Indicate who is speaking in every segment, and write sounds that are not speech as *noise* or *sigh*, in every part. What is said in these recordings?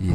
Speaker 1: 以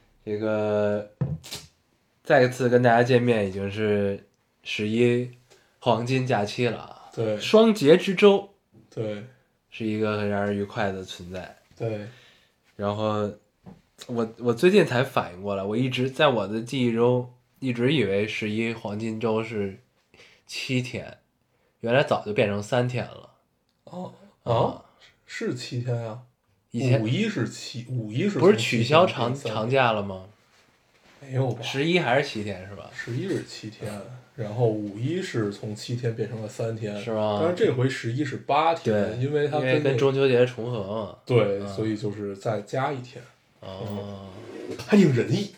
Speaker 2: 这个再一次跟大家见面，已经是十一黄金假期了啊，
Speaker 3: 对
Speaker 2: 双节之周
Speaker 3: 对
Speaker 2: 是一个很让人愉快的存在。
Speaker 3: 对，
Speaker 2: 然后我我最近才反应过来，我一直在我的记忆中一直以为十一黄金周是七天，原来早就变成三天了。
Speaker 3: 哦
Speaker 2: 啊
Speaker 3: 啊，是七天啊？
Speaker 2: 以前
Speaker 3: 五一是七，五一是
Speaker 2: 不是
Speaker 3: 从七
Speaker 2: 取
Speaker 3: 天
Speaker 2: 消
Speaker 3: 变
Speaker 2: 长
Speaker 3: 三
Speaker 2: 长
Speaker 3: 天？哎
Speaker 2: 假了吗？
Speaker 3: 没有吧？
Speaker 2: 十一还是七天是吧？
Speaker 3: 十一是七天，然后五一是从七天变成了三天，
Speaker 2: 是吗
Speaker 3: 当然这回十一是八
Speaker 2: 对，
Speaker 3: 天，因为它
Speaker 2: 因为
Speaker 3: 那
Speaker 2: 跟中秋节重合嘛。
Speaker 3: 对，所以就是再加一天，
Speaker 2: 哦，
Speaker 3: 还挺仁义。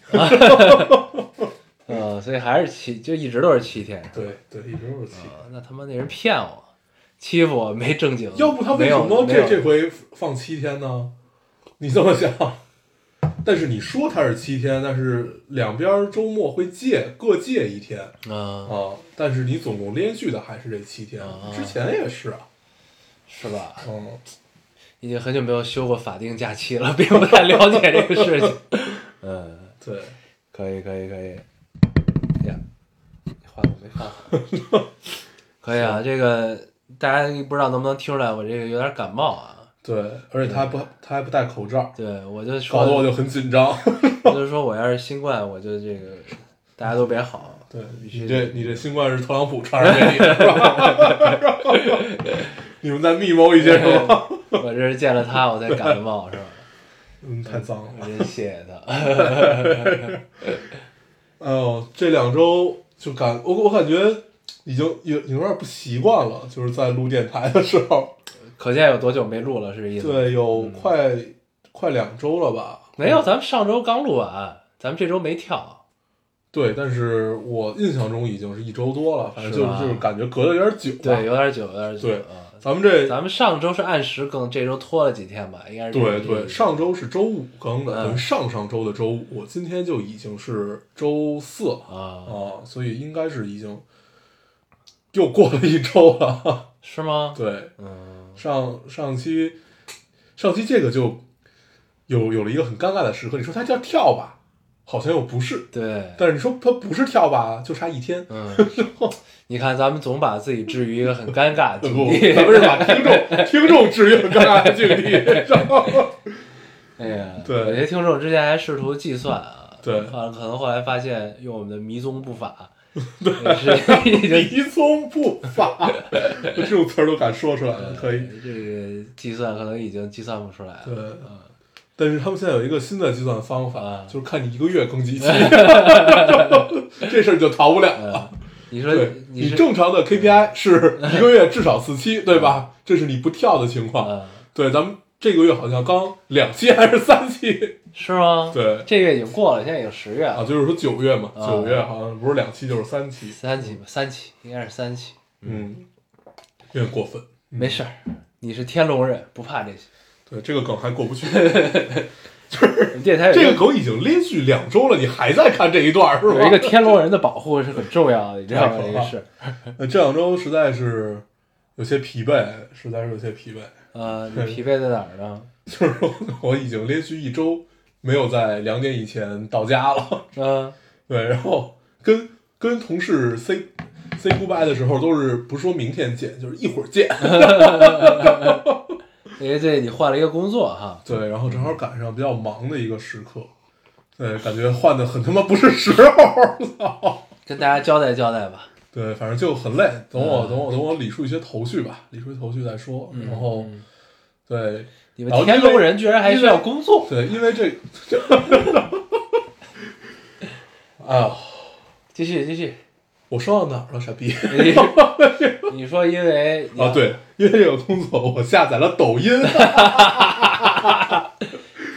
Speaker 2: 嗯，所以还是七，就一直都是七天。
Speaker 3: 对对，一直都是七天。
Speaker 2: 啊，那他妈那人骗我，欺负我没正经。
Speaker 3: 要不他为
Speaker 2: 没
Speaker 3: 什
Speaker 2: 有
Speaker 3: 么
Speaker 2: 没有
Speaker 3: 这这回放七天呢？你这么想， *laughs* 但是你说他是七天，但是两边儿周末会借各借一天
Speaker 2: 嗯，
Speaker 3: 啊，但是你总共连续的还是这七天
Speaker 2: 啊，
Speaker 3: 之前也是啊，
Speaker 2: 是吧？
Speaker 3: 嗯，
Speaker 2: 已经很久没有休过法定假期了，并 *laughs* 不太了解这个事情。嗯，
Speaker 3: 对，
Speaker 2: 可以，可以，可以。呀，话筒没放好。 *laughs* 可以啊，这个大家不知道能不能听出来，我这个有点感冒啊。
Speaker 3: 对，而且他还
Speaker 2: 嗯
Speaker 3: 不他还不戴口罩，
Speaker 2: 对，我就说
Speaker 3: 搞得我就很紧张。
Speaker 2: 我就说我要是新冠，我就这个大家都别好。
Speaker 3: *laughs* 对
Speaker 2: 必须
Speaker 3: 你这你这新冠是特朗普传染给你的，是吧？ *laughs* 你们在密谋一些
Speaker 2: *laughs*
Speaker 3: 什么？
Speaker 2: 我这是见了他我才感冒是吧？
Speaker 3: 嗯，太脏了。
Speaker 2: 我真谢谢他。
Speaker 3: 哎呦，这两周就感我我感觉已经有有点不习惯了，就是在录电台的时候，
Speaker 2: 可见有嗯多久没录了是这意思？，
Speaker 3: 对，有快、快两周了吧？
Speaker 2: 没有，咱们上周刚录完，咱们这周没跳。
Speaker 3: 对，但是我印象中已经是一周多了，反正就是
Speaker 2: 吧
Speaker 3: 就是感觉隔得有点久吧。
Speaker 2: 对，有点久，有点久。
Speaker 3: 对
Speaker 2: 啊
Speaker 3: 咱们这
Speaker 2: 咱们上周是按时更，这周拖了几天吧，应该是这
Speaker 3: 对
Speaker 2: 个意
Speaker 3: 对，
Speaker 2: 思
Speaker 3: 上周是周五更的，
Speaker 2: 嗯
Speaker 3: 咱们上上周的周五，今天就已经是周四了
Speaker 2: 啊，
Speaker 3: 啊，所以应该是已经又过了一周了。 *laughs*
Speaker 2: 是吗？
Speaker 3: 对，
Speaker 2: 嗯，
Speaker 3: 上上期上期这个就有有了一个很尴尬的时刻，你说它叫跳吧，好像又不是，
Speaker 2: 对，
Speaker 3: 但是你说它不是跳吧，就差
Speaker 2: *laughs*
Speaker 3: 一天。
Speaker 2: 嗯，你看咱们总把自己置于一个很尴尬的
Speaker 3: 不
Speaker 2: 境
Speaker 3: 不，
Speaker 2: 地。
Speaker 3: 咱们是把听众听众置于很尴尬的境地，然后
Speaker 2: 哎呀，
Speaker 3: 对
Speaker 2: 有些听众之前还试图计算啊，
Speaker 3: 对
Speaker 2: 可能可能后来发现用我们的迷踪步
Speaker 3: *laughs*
Speaker 2: 法，对，是已经
Speaker 3: 离宗不法，这种词儿都敢说出来了，
Speaker 2: *laughs*
Speaker 3: 可以。
Speaker 2: 这个计算可能已经计算不出来
Speaker 3: 对
Speaker 2: 了。，
Speaker 3: 但是他们现在有一个新的计算方法
Speaker 2: 啊，
Speaker 3: 就是看你一个月更几期， *laughs* 这事儿就逃不了了。
Speaker 2: 嗯，你说
Speaker 3: 哦对
Speaker 2: 你
Speaker 3: 你
Speaker 2: 是
Speaker 3: 正常的 KPI 是一个月至少四期，对吧？这是你不跳的情况。
Speaker 2: 嗯
Speaker 3: 对，咱们这个月好像刚两期还是三期？ *laughs*
Speaker 2: 是吗？，
Speaker 3: 对
Speaker 2: 这月已经过了，现在已经十月
Speaker 3: 啊，
Speaker 2: 了，
Speaker 3: 就是说九月嘛，
Speaker 2: 啊
Speaker 3: 九月好像不是两期就是三期。
Speaker 2: 三期吧，三期应该是三期，
Speaker 3: 嗯，有点过分。
Speaker 2: 没事儿，你是天龙人，不怕这些。
Speaker 3: 对，这个梗还过不去。
Speaker 2: 我们电台有
Speaker 3: 这
Speaker 2: 一
Speaker 3: 个梗已经连续两周了，你还在看这一段儿是吧？
Speaker 2: 有一个天龙人的保护是很重要的，你知道吗？
Speaker 3: 太
Speaker 2: 这
Speaker 3: 可
Speaker 2: 个
Speaker 3: 怕
Speaker 2: 是，
Speaker 3: *laughs* 呃这两周实在是有些疲惫，实在是有些疲惫。
Speaker 2: 呃，你疲惫在哪儿呢？
Speaker 3: 就是说 *laughs* 我已经连续一周没有在两点以前到家了。
Speaker 2: 嗯，
Speaker 3: 对，然后跟跟同事 say say goodbye 的时候，都是不说明天见，就是一会儿见。 *laughs*
Speaker 2: 因为这你换了一个工作哈，
Speaker 3: 对，然后正好赶上比较忙的一个时刻，对，感觉换的很他妈不是时候。操！
Speaker 2: 跟大家交代交代吧。
Speaker 3: *laughs* 对，反正就很累。等我等我等我理出一些头绪吧，理出一些头绪再说。然后，对
Speaker 2: 你们
Speaker 3: 然后
Speaker 2: 天
Speaker 3: 哦因为
Speaker 2: 龙人居然还需要工作，
Speaker 3: 对，因为这 *laughs* 这，哎呦，
Speaker 2: 继续继续。
Speaker 3: 我说到哪儿了，傻逼？
Speaker 2: 你说因为
Speaker 3: 哦啊，，对，因为这个工作，我下载了抖音。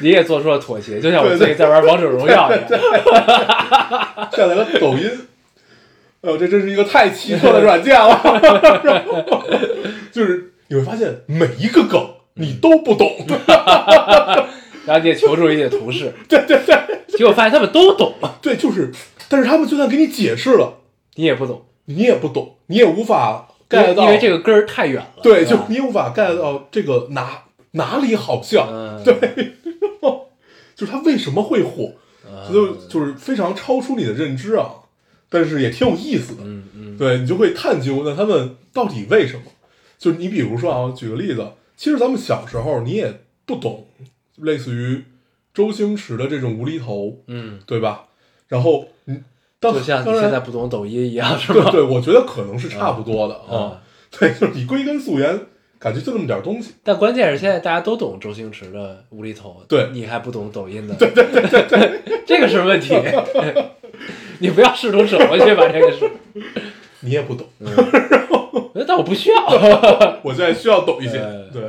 Speaker 2: 你也做出了妥协，就像我
Speaker 3: 对
Speaker 2: 自己在玩王者荣耀
Speaker 3: *laughs*
Speaker 2: 一样。
Speaker 3: 下载了抖音，哎呦，这真是一个太奇特的软件了。
Speaker 2: *laughs*
Speaker 3: 然后就是你会发现每一个梗你都不懂，
Speaker 2: 然后你也求助于你的同事，对对对，结果发现他们都懂，
Speaker 3: 对，就是，但是他们就算给你解释了，
Speaker 2: 你也不懂
Speaker 3: 你也不懂，你也无法 get 到，
Speaker 2: 因为这个根嗯儿太远了。
Speaker 3: 对，
Speaker 2: 是
Speaker 3: 就
Speaker 2: 吧
Speaker 3: 你也无法 get 到这个哪哪里好笑，
Speaker 2: 嗯，
Speaker 3: 对， *laughs* 就是它为什么会火，
Speaker 2: 嗯，
Speaker 3: 就就是非常超出你的认知啊，但是也挺有意思的。
Speaker 2: 嗯嗯
Speaker 3: 对你就会探究那他们到底为什么？就是你比如说啊，举个例子，其实咱们小时候你也不懂，类似于周星驰的这种无厘头，
Speaker 2: 嗯，
Speaker 3: 对吧？然后你当
Speaker 2: 就像
Speaker 3: 当
Speaker 2: 你
Speaker 3: 然
Speaker 2: 现在不懂抖音一样，是
Speaker 3: 对
Speaker 2: 吧？
Speaker 3: 对，我觉得可能是差不多的
Speaker 2: 嗯
Speaker 3: 啊。对，就是你归根溯源，感觉就那么点儿东西。
Speaker 2: 但关键是现在大家都懂周星驰的无厘头，
Speaker 3: 对
Speaker 2: 你还不懂抖音的，对对对对， *laughs* 这个是
Speaker 3: *laughs*
Speaker 2: 问题。你不要试图扯回去吧，这个是。
Speaker 3: 你也不懂，
Speaker 2: *laughs* 哎但我不需要。
Speaker 3: 我现在需要懂一些
Speaker 2: 哎。
Speaker 3: 对，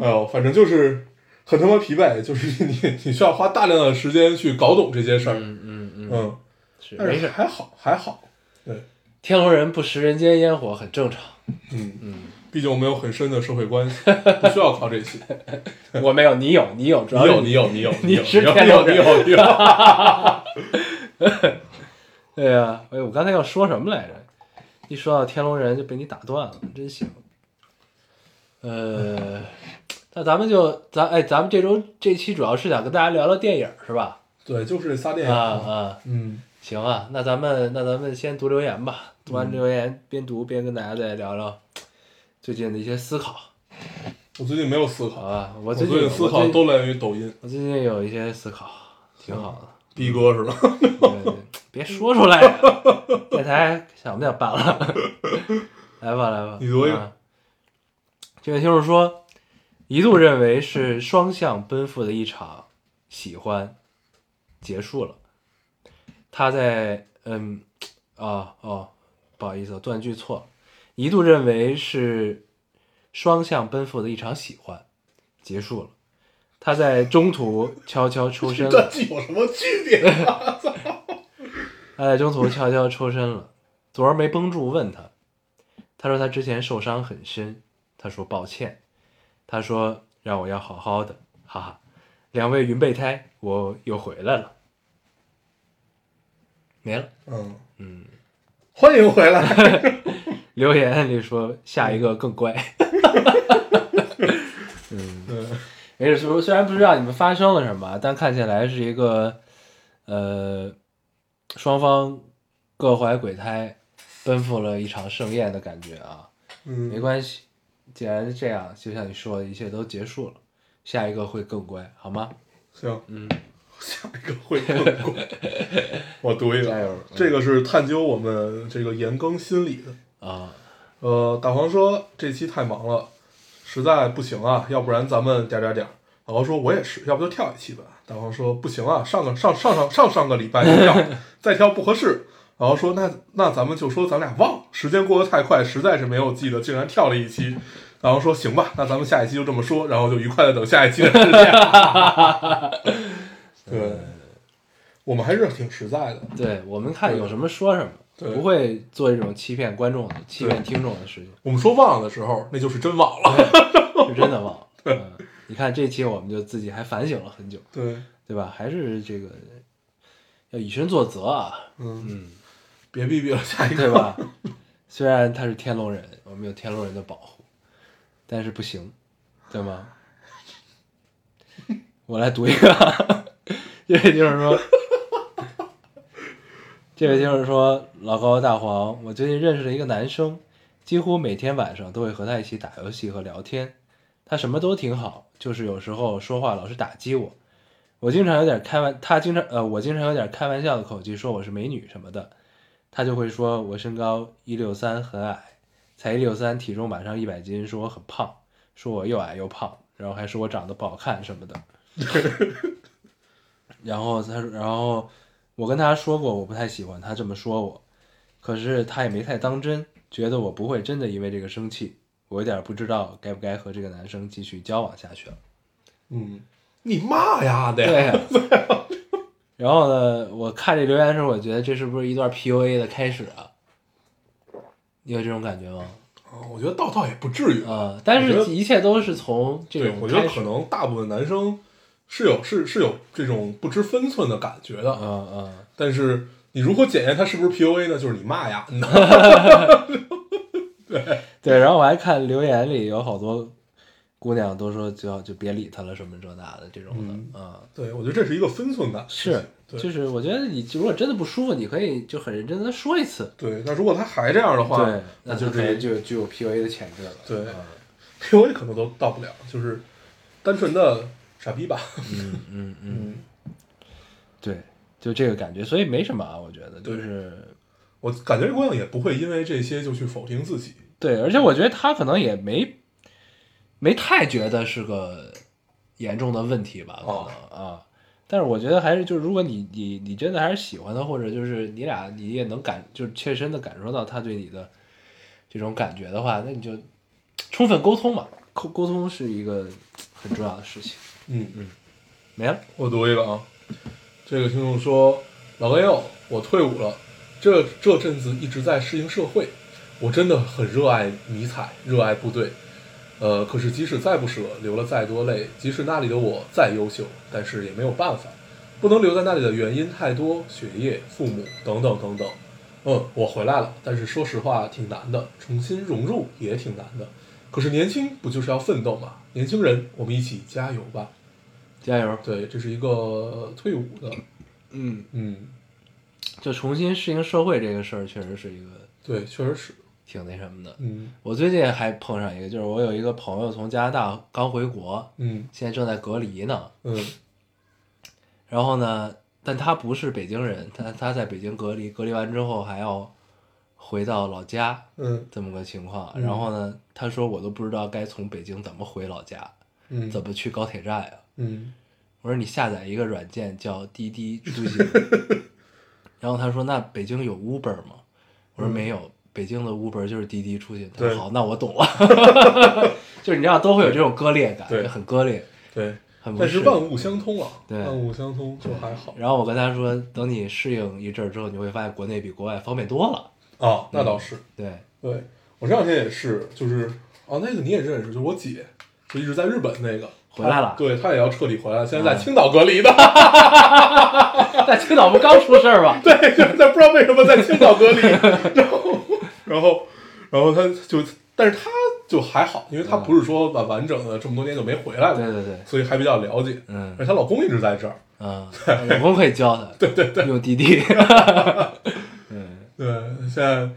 Speaker 3: 哎呦，反正就是很他妈疲惫，就是你你需要花大量的时间去搞懂这些事儿。
Speaker 2: 嗯嗯嗯，
Speaker 3: 嗯，
Speaker 2: 是
Speaker 3: 但
Speaker 2: 没
Speaker 3: 是
Speaker 2: 事。
Speaker 3: 还好还好。对，
Speaker 2: 天龙人不食人间烟火很正常，
Speaker 3: 嗯嗯，毕竟我们有很深的社
Speaker 2: *laughs*
Speaker 3: 会关系，不需要靠这些。
Speaker 2: 我没有，你有，你有，主
Speaker 3: 你
Speaker 2: 要
Speaker 3: 有
Speaker 2: 你
Speaker 3: 你有你有
Speaker 2: 你
Speaker 3: 有
Speaker 2: 是
Speaker 3: 你有
Speaker 2: 天
Speaker 3: 你有
Speaker 2: 龙
Speaker 3: 你
Speaker 2: 人
Speaker 3: 有你有，
Speaker 2: *laughs* 对呀、哎，我刚才要说什么来着？一说到天龙人就被你打断了，真行。 *laughs* 呃，那咱们就咱哎，咱们这周这期主要是想跟大家聊聊电影儿，是吧？
Speaker 3: 对，就是这仨电
Speaker 2: 啊
Speaker 3: 影。
Speaker 2: 啊，
Speaker 3: 嗯，
Speaker 2: 行啊，那咱们那咱们先读留言吧，读完留言边读边跟大家再聊聊最近的一些思考，
Speaker 3: 我最近没有思
Speaker 2: 好
Speaker 3: 考，
Speaker 2: 吧？我
Speaker 3: 我
Speaker 2: 最
Speaker 3: 最
Speaker 2: 近有
Speaker 3: 近思考
Speaker 2: 我最
Speaker 3: 都来源于抖音。
Speaker 2: 我最近有一些思考，挺好的。
Speaker 3: 逼哥是吧？
Speaker 2: 对别说出来
Speaker 3: *laughs*
Speaker 2: 呀、电台想不想办了？ *laughs* 来吧，来吧，
Speaker 3: 你读一个
Speaker 2: 啊这位听众说，一度认为是双向奔赴的一场喜欢结束了。他在嗯啊哦，不好意思，断句错了。一度认为是双向奔赴的一场喜欢结束了。他在中途悄悄抽身了
Speaker 3: *laughs* 这。剧有什么区
Speaker 2: *laughs*
Speaker 3: 别？
Speaker 2: 他在中途哎悄悄抽身了，昨儿没绷住问他，他说他之前受伤很深，他说抱歉，他说让我要好好的，哈哈，两位云备胎，我又回来了，没了。
Speaker 3: 嗯嗯，欢迎回来。
Speaker 2: 留言里说下一个更乖，
Speaker 3: 嗯
Speaker 2: 没事，虽虽然不知道你们发生了什么，但看起来是一个，呃，双方各怀鬼胎，奔赴了一场盛宴的感觉啊。没
Speaker 3: *laughs* 嗯，
Speaker 2: 关系，既然是这样，就像你说的，一切都结束了，下一个会更乖，好吗？
Speaker 3: 行，
Speaker 2: 嗯，
Speaker 3: 下一个
Speaker 2: *laughs*
Speaker 3: 会更贵。我读一
Speaker 2: 加
Speaker 3: 个，
Speaker 2: 油！嗯
Speaker 3: 这个是探究我们这个严更心理的。
Speaker 2: 啊，
Speaker 3: 呃，大黄说这期太忙了，实在不行啊，要不然咱们点儿点儿点儿。老高说，我也是，要不就跳一期吧。大黄说不行啊，上个上上上上上个礼拜就
Speaker 2: *laughs*
Speaker 3: 跳，再跳不合适。然后说那那咱们就说咱俩忘了，时间过得太快，实在是没有记得，竟然跳了一期。然后说行吧，那咱们下一期就这么说，然后就愉快的等下一期的时
Speaker 2: *laughs*
Speaker 3: 间。对，我们还是挺实在的。
Speaker 2: 对我们看有什么说什么，
Speaker 3: 对
Speaker 2: 不会做这种欺骗观众的、欺骗听众的事情，
Speaker 3: 我们说忘了的时候，那就是真忘了。
Speaker 2: 是真的忘
Speaker 3: *laughs*
Speaker 2: 了。嗯，你看这期我们就自己还反省了很久，
Speaker 3: 对，
Speaker 2: 对吧？还是这个要以身作则啊，
Speaker 3: 嗯，
Speaker 2: 嗯，
Speaker 3: 别逼逼了，下一个
Speaker 2: 对吧？虽然他是天龙人，我们有天龙人的保护，但是不行，对吗？我来读一个啊，这位听众说，这位听众说，老高大黄，我最近认识了一个男生，几乎每天晚上都会和他一起打游戏和聊天，他什么都挺好，就是有时候说话老是打击我，我经常有点开玩，他经常呃，我经常有点开玩笑的口气说我是美女什么的，他就会说我身高一六三很矮，才一六三，体重马上一百斤，说我很胖，说我又矮又胖，然后还说我长得不好看什么的。 *laughs* 然后他说，然后我跟他说过我不太喜欢他这么说我，可是他也没太当真，觉得我不会真的因为这个生气。我有点不知道该不该和这个男生继续交往下去了。
Speaker 3: 嗯，你骂呀得，
Speaker 2: 对呀、 *laughs* 然后呢，我看这留言的时候，我觉得这是不是一段 PUA 的开始啊？你有这种感觉吗？
Speaker 3: 啊我觉得倒倒也不至于，
Speaker 2: 啊、但
Speaker 3: 我觉
Speaker 2: 是
Speaker 3: 得
Speaker 2: 一切都是从这
Speaker 3: 对
Speaker 2: 种
Speaker 3: 我觉
Speaker 2: 开
Speaker 3: 得可
Speaker 2: 始。
Speaker 3: 能大部分男生是有是是有这种不知分寸的感觉的，
Speaker 2: 嗯嗯，
Speaker 3: 但是你如何检验他是不是 PUA 呢？就是你骂
Speaker 2: *laughs*
Speaker 3: 呀，你
Speaker 2: 对。然后我还看留言里有好多姑娘都说就要就别理他了，什么这那的这种的，
Speaker 3: 嗯
Speaker 2: 嗯
Speaker 3: 对我觉得这是一个分寸感，
Speaker 2: 是，
Speaker 3: 对
Speaker 2: 就是我觉得你如果真的不舒服，你可以就很认真的说一次。
Speaker 3: 对。那如果他还这样的话，
Speaker 2: 对，
Speaker 3: 那
Speaker 2: 就
Speaker 3: 就
Speaker 2: 可
Speaker 3: 这
Speaker 2: 能就具有 PUA 的潜质了。
Speaker 3: 对
Speaker 2: 嗯
Speaker 3: PUA 可能都到不了，就是单纯的傻逼吧。
Speaker 2: 嗯嗯嗯，
Speaker 3: 嗯，
Speaker 2: 对，就这个感觉，所以没什么啊，我觉得就是
Speaker 3: 我感觉这姑娘也不会因为这些就去否定自己，
Speaker 2: 对，而且我觉得他可能也没没太觉得是个严重的问题吧，可能、
Speaker 3: 哦
Speaker 2: 啊。但是我觉得还是就是，如果你你你真的还是喜欢他，或者就是你俩你也能感就是切身的感受到他对你的这种感觉的话，那你就充分沟通嘛，沟沟通是一个很重要的事情。
Speaker 3: 嗯嗯。
Speaker 2: 没了，
Speaker 3: 我读一个啊，这个听众说：“老朋友，我退伍了，这这阵子一直在适应社会，我真的很热爱迷彩，热爱部队。呃，可是即使再不舍，流了再多泪，即使那里的我再优秀，但是也没有办法，不能留在那里的原因太多，学业、父母等等等等。嗯，我回来了，但是说实话挺难的，重新融入也挺难的。可是年轻不就是要奋斗吗？年轻人，我们一起加油吧！”
Speaker 2: 加油！
Speaker 3: 对，这是一个退伍的，
Speaker 2: 嗯，
Speaker 3: 嗯，
Speaker 2: 就重新适应社会这个事儿，确实是一个
Speaker 3: 对，确实是，
Speaker 2: 挺那什么的。
Speaker 3: 嗯
Speaker 2: 我最近还碰上一个，就是我有一个朋友从加拿大刚回国，
Speaker 3: 嗯
Speaker 2: 现在正在隔离呢。
Speaker 3: 嗯
Speaker 2: 然后呢，但他不是北京人，他他在北京隔离，隔离完之后还要回到老家
Speaker 3: 嗯
Speaker 2: 这么个情况。
Speaker 3: 嗯
Speaker 2: 然后呢，他说我都不知道该从北京怎么回老家，
Speaker 3: 嗯，
Speaker 2: 怎么去高铁站呀、啊
Speaker 3: 嗯
Speaker 2: 我说你下载一个软件叫滴滴出 *laughs* 行。然后他说那北京有 Uber 吗？我说没有，北京的 Uber 就是滴滴出行。他
Speaker 3: 对
Speaker 2: 说好，那我懂了。 *laughs* 就是你知道都会有这种割裂感，
Speaker 3: 对
Speaker 2: 很割裂，
Speaker 3: 对，
Speaker 2: 很不
Speaker 3: 但
Speaker 2: 适
Speaker 3: 是
Speaker 2: 应。
Speaker 3: 万物相通啊，
Speaker 2: 对
Speaker 3: 万物相通就还好
Speaker 2: 然后我跟他说，等你适应一阵儿之后，你会发现国内比国外方便多了。
Speaker 3: 啊，
Speaker 2: 嗯
Speaker 3: 那倒是，
Speaker 2: 对，
Speaker 3: 对我这两天也是，就是哦，那个你也认识，就我姐，就一直在日本那个
Speaker 2: 回来了嗯
Speaker 3: 她对她也要彻底回来了，现在在青岛隔离的， *laughs*
Speaker 2: 在青岛不刚出事儿吗？
Speaker 3: 对，就是她不知道为什么在青岛隔离， *laughs* 然后然后然后她就，但是她就还好，因为她不是说完完整的这么多年就没回来
Speaker 2: 嗯对
Speaker 3: 过，
Speaker 2: 对对，
Speaker 3: 所以还比较了解，
Speaker 2: 嗯
Speaker 3: 而且她老公一直在这儿，
Speaker 2: *laughs* 嗯，老公可以教他，对对对，用滴滴。
Speaker 3: 对，现在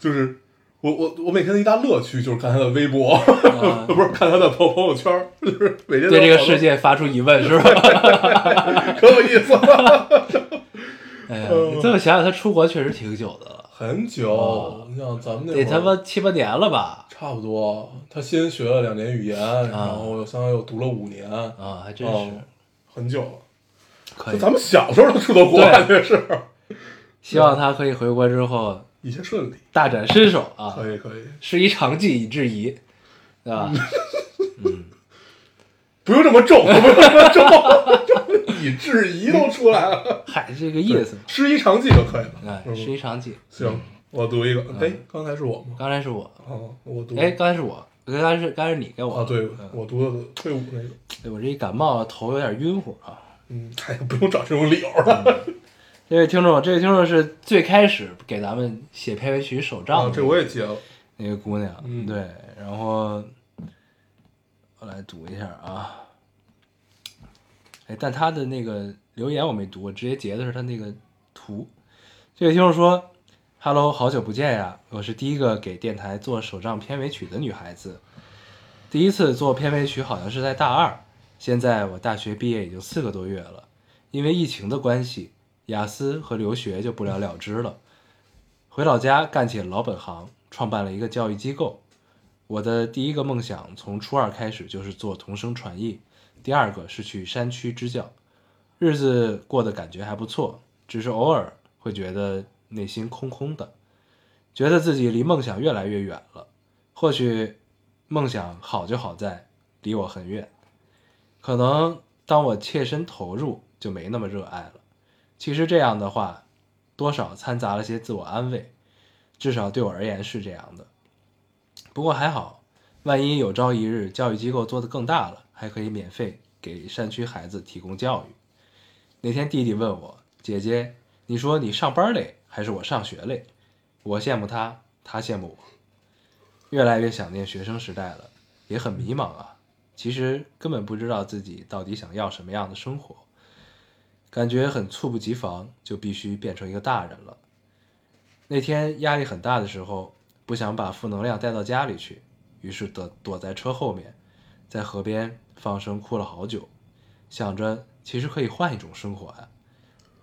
Speaker 3: 就是我我我每天的一大乐趣就是看他的微博，
Speaker 2: 啊
Speaker 3: *laughs* 不是看他的朋朋友圈，就是每天都
Speaker 2: 对这个
Speaker 3: 好多
Speaker 2: 世界发出疑问是吧？
Speaker 3: *laughs* 可有意思了。 *laughs*
Speaker 2: 哎呀，
Speaker 3: 嗯
Speaker 2: 你这么想想，他出国确实挺久的了，
Speaker 3: 很久
Speaker 2: 哦，
Speaker 3: 你想啊咱们那会
Speaker 2: 得
Speaker 3: 儿
Speaker 2: 他妈七八年了吧？
Speaker 3: 差不多，他先学了两年语言，然后又相当于又读了五年，
Speaker 2: 啊，还真
Speaker 3: 哦
Speaker 2: 是
Speaker 3: 很久了。
Speaker 2: 可
Speaker 3: 就
Speaker 2: 以。
Speaker 3: 咱们小时候都出的国，
Speaker 2: 对
Speaker 3: 感觉是
Speaker 2: 希望他可以回国之后
Speaker 3: 一切顺利，
Speaker 2: 大展身手啊，
Speaker 3: 可以可以，
Speaker 2: 师夷长技以制啊夷，对吧？
Speaker 3: 嗯不用这么重，不用这么重， *laughs* 以质疑都出来了，
Speaker 2: *laughs* 嗨，这个意思嘛，
Speaker 3: 师夷长技就可以了。
Speaker 2: 哎，
Speaker 3: 嗯
Speaker 2: 师夷长技。
Speaker 3: 行，我读一个，哎，刚才是我吗？
Speaker 2: 刚才是我，
Speaker 3: 哦，我读
Speaker 2: 哎，刚才是我，刚才是刚才是你给我
Speaker 3: 啊，对
Speaker 2: 嗯，
Speaker 3: 我读的退伍那个，
Speaker 2: 对我这一感冒头有点晕乎啊。
Speaker 3: 嗯， *laughs* 哎呀，不用找这种理由啊了，
Speaker 2: 这位听众，这位听众是最开始给咱们写片尾曲手账
Speaker 3: 啊，
Speaker 2: 的、
Speaker 3: 这我也截了，
Speaker 2: 那个姑娘，
Speaker 3: 嗯
Speaker 2: 对，然后我来读一下啊。哎，但她的那个留言我没读，我直接截的是她那个图。这位听众说：“Hello，好久不见呀！我是第一个给电台做手账片尾曲的女孩子，第一次做片尾曲好像是在大二。现在我大学毕业已经四个多月了，因为疫情的关系，雅思和留学就不了了之了。”回老家干起老本行，创办了一个教育机构。我的第一个梦想从初二开始就是做同声传译，第二个是去山区支教，日子过得感觉还不错，只是偶尔会觉得内心空空的，觉得自己离梦想越来越远了。或许梦想好就好在离我很远，可能当我切身投入，就没那么热爱了。其实这样的话，多少掺杂了些自我安慰，至少对我而言是这样的。不过还好，万一有朝一日教育机构做得更大了，还可以免费给山区孩子提供教育。那天弟弟问我：“姐姐，你说你上班累还是我上学累？”我羡慕他，他羡慕我。越来越想念学生时代了，也很迷茫啊。其实根本不知道自己到底想要什么样的生活，感觉很猝不及防，就必须变成一个大人了。那天压力很大的时候，不想把负能量带到家里去，于是躲躲在车后面，在河边放声哭了好久，想着其实可以换一种生活呀、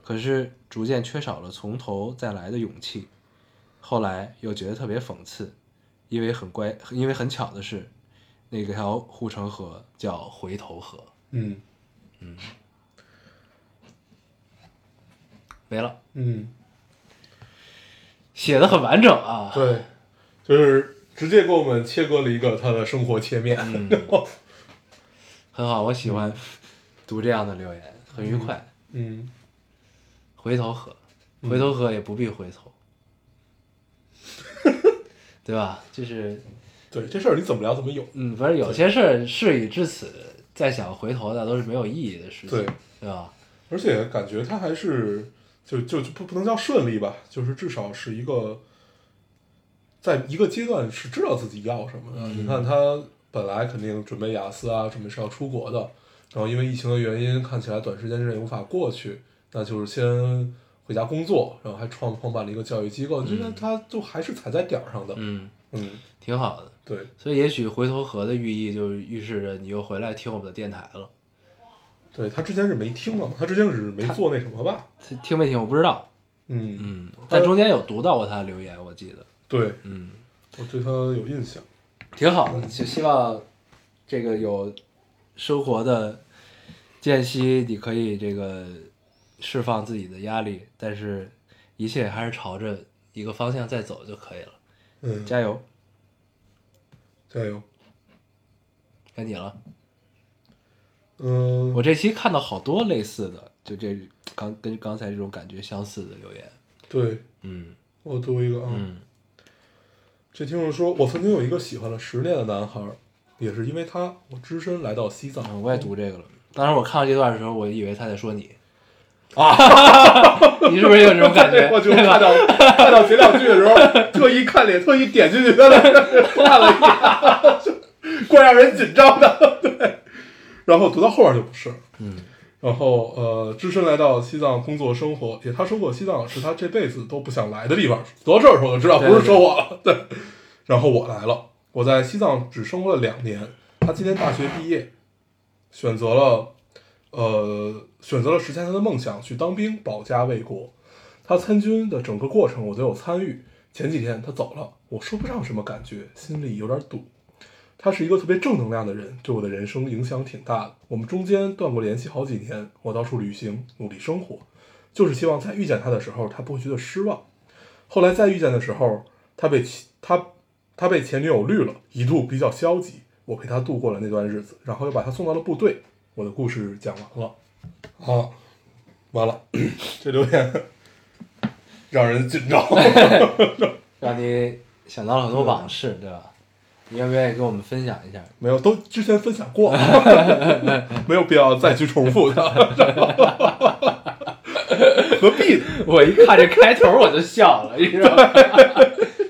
Speaker 2: 可是逐渐缺少了从头再来的勇气，后来又觉得特别讽刺，因为很乖，因为很巧的是，那条护城河叫回头河。
Speaker 3: 嗯
Speaker 2: 没了，
Speaker 3: 嗯，
Speaker 2: 写的很完整啊。
Speaker 3: 对，就是直接给我们切割了一个他的生活切面。嗯
Speaker 2: 很好，我喜欢读这样的留言，很愉快。
Speaker 3: *laughs* 嗯，
Speaker 2: 回头喝，回头喝也不必回 *laughs* 头，对吧？就是，
Speaker 3: 对，这事儿你怎么聊怎么有。
Speaker 2: 嗯，不是有些事儿事已至此，再想回头那都是没有意义的事情，
Speaker 3: 对
Speaker 2: 对，吧？
Speaker 3: 而且感觉他还是就就就不不能叫顺利吧，就是至少是一个，在一个阶段是知道自己要什么的。你看他本来肯定准备雅思啊，准备是要出国的，然后因为疫情的原因，看起来短时间之内无法过去，那就是先回家工作，然后还创创办了一个教育机构，就是他就还是踩在点儿上的。
Speaker 2: 嗯，
Speaker 3: 嗯，
Speaker 2: 挺好的。
Speaker 3: 对，
Speaker 2: 所以，也许回头河的寓意就是预示着你又回来听我们的电台了。
Speaker 3: 对他之前是没听了嘛，他之前只是没做那什么吧。
Speaker 2: 听没听我不知道，
Speaker 3: 嗯，
Speaker 2: 嗯，但中间有读到过他的留言，我记得，
Speaker 3: 对，
Speaker 2: 嗯，
Speaker 3: 我对他有印象。
Speaker 2: 挺好的，嗯就希望这个有生活的间隙，你可以这个释放自己的压力，但是一切还是朝着一个方向在走就可以了。
Speaker 3: 嗯，
Speaker 2: 加油，
Speaker 3: 加油。
Speaker 2: 该你了。
Speaker 3: 嗯，
Speaker 2: 我这期看到好多类似的，就这刚跟刚才这种感觉相似的留言。
Speaker 3: 对，
Speaker 2: 嗯
Speaker 3: 我读一个啊。
Speaker 2: 嗯
Speaker 3: 这听众说，我曾经有一个喜欢了十年的男孩，也是因为他，我只身来
Speaker 2: *laughs*
Speaker 3: 到西藏。
Speaker 2: 嗯，我也读这个了。当时我看到这段的时候，我以为他在说你
Speaker 3: 啊，
Speaker 2: *laughs* 你是不是也有这种 *laughs* 感觉？
Speaker 3: *laughs* 我就
Speaker 2: 对
Speaker 3: 看
Speaker 2: 吧？
Speaker 3: 到看到前两句的时候，特意看脸，特意点进去他的看了一眼，怪让人紧张的。对，然后读到后边就不是了。
Speaker 2: 嗯
Speaker 3: 然后呃，只身来到西藏工作生活，也他说过西藏是他这辈子都不想来的地方。读到这儿的时候我就知道不是说我了，对。然后我来了，我在西藏只生活了两年。他今年大学毕业，选择了呃选择了实现他的梦想，去当兵保家卫国。他参军的整个过程我都有参与。前几天他走了，我说不上什么感觉，心里有点堵。他是一个特别正能量的人，对我的人生影响挺大的。我们中间断过联系好几年，我到处旅行，努力生活，就是希望在遇见他的时候，他不会觉得失望。后来再遇见的时候，他被其他他被前女友绿了，一度比较消极。我陪他度过了那段日子，然后又把他送到了部队。我的故事讲完了，啊，完了， *coughs* 这留言让人紧张。
Speaker 2: 让你想到了很多往事，对吧？你愿不愿意跟我们分享一下？
Speaker 3: 没有，都之前分享过，没有必要再去重
Speaker 2: *laughs*
Speaker 3: 复它，何必呢？
Speaker 2: *laughs* 我一看这开头我就笑了，你知 *laughs* 道吗？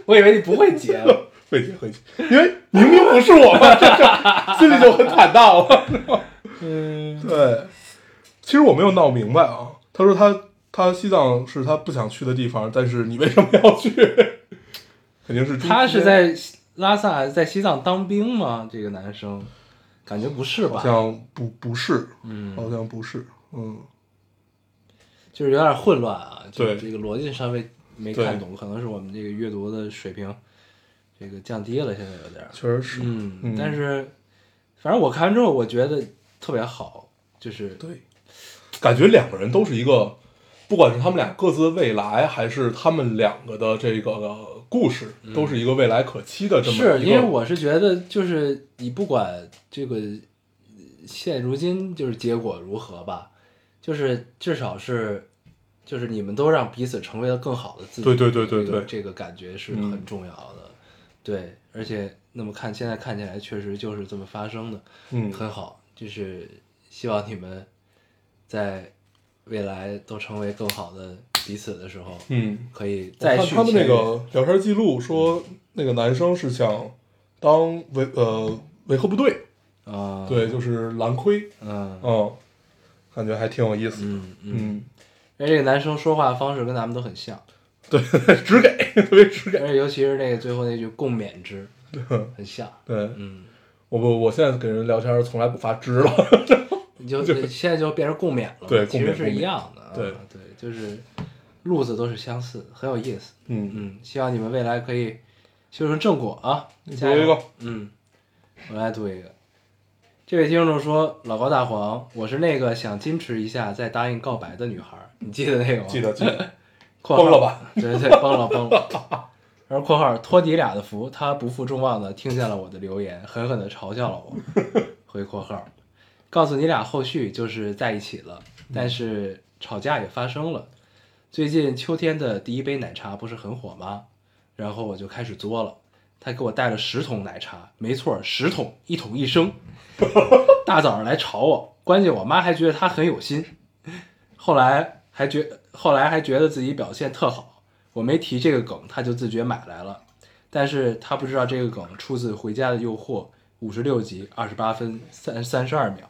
Speaker 2: 我以为你不会截了。
Speaker 3: 会接会接，因为明明不是我嘛，这这心里就很坦
Speaker 2: *laughs*
Speaker 3: 荡了。
Speaker 2: 嗯，
Speaker 3: 对，其实我没有闹明白啊。他说他他西藏是他不想去的地方，但是你为什么要去？ *laughs* 肯定是中
Speaker 2: 他是
Speaker 3: 间
Speaker 2: 在拉萨还是在西藏当兵吗？这个男生，感觉不是
Speaker 3: 好
Speaker 2: 吧？
Speaker 3: 像不不是，
Speaker 2: 嗯，
Speaker 3: 好像不是，嗯，
Speaker 2: 就是有点混乱啊。就
Speaker 3: 对
Speaker 2: 这个逻辑稍微没
Speaker 3: 对
Speaker 2: 看懂，可能是我们这个阅读的水平这个降低了，现在有点儿。
Speaker 3: 确实是，
Speaker 2: 嗯
Speaker 3: 嗯，
Speaker 2: 但是反正我看完之后，我觉得特别好，就是
Speaker 3: 对，感觉两个人都是一个，不管是他们俩各自的未来，还是他们两个的这个呃故事，
Speaker 2: 嗯
Speaker 3: 都是一个未来可期的这么一个。
Speaker 2: 是因为我是觉得，就是你不管这个呃现如今就是结果如何吧，就是至少是，就是你们都让彼此成为了更好的自己。
Speaker 3: 对对对对
Speaker 2: 这个
Speaker 3: 对
Speaker 2: 这个感觉是
Speaker 3: 嗯
Speaker 2: 很重要的。对，而且那么看现在看起来确实就是这么发生的，
Speaker 3: 嗯，
Speaker 2: 很好。就是希望你们在未来都成为更好的彼此的时候，
Speaker 3: 嗯，
Speaker 2: 可以
Speaker 3: 我看
Speaker 2: 再续
Speaker 3: 他们那
Speaker 2: 前缘
Speaker 3: 个聊天记录说，那个男生是想当维呃维和部队，
Speaker 2: 啊，
Speaker 3: 对，，就是蓝盔，
Speaker 2: 嗯
Speaker 3: 嗯，感觉还挺有意思 *laughs* 的，
Speaker 2: 嗯嗯，
Speaker 3: 嗯，
Speaker 2: 而且这个男生说话方式跟咱们都很
Speaker 3: *laughs*
Speaker 2: 像，
Speaker 3: 对，直给，特别直给，
Speaker 2: 而且尤其是那个最后那句“共勉之”，很像。
Speaker 3: 对
Speaker 2: 嗯，
Speaker 3: 我不，我现在跟人聊天从来不发支了，
Speaker 2: *laughs* 你就现在就变成共勉了嘛，
Speaker 3: 对
Speaker 2: 其
Speaker 3: 共
Speaker 2: 实
Speaker 3: 勉
Speaker 2: 是一样的啊。
Speaker 3: 共勉
Speaker 2: 对，就是路子都是相似，很有意思。
Speaker 3: 嗯，
Speaker 2: 嗯，希望你们未来可以修成正果啊！
Speaker 3: 读
Speaker 2: 加
Speaker 3: 一
Speaker 2: 油
Speaker 3: 个。，
Speaker 2: 嗯，我来读一个。这位听众说：“老高大黄，我是那个想矜持一下再答应告白的女孩儿，你记得那个吗？
Speaker 3: 记得记得，
Speaker 2: 括号
Speaker 3: 崩了吧？
Speaker 2: *laughs* 对对，崩了崩了。然后括号托你俩的福，他不负众望的听见了我的留言，狠狠的嘲笑了我。回括号，告诉你俩后续就是在一起了，但是吵架也发生了。最近秋天的第一杯奶茶不是很火吗？然后我就开始作了。他给我带了十桶奶茶，没错，十桶，一桶一升。 *laughs* 大早上来吵我，关键我妈还觉得他很有心，后来还觉后来还觉得自己表现特好，我没提这个梗，他就自觉买来了。但是他不知道这个梗出自《回家的诱惑》五十六集二十八分三三十二秒，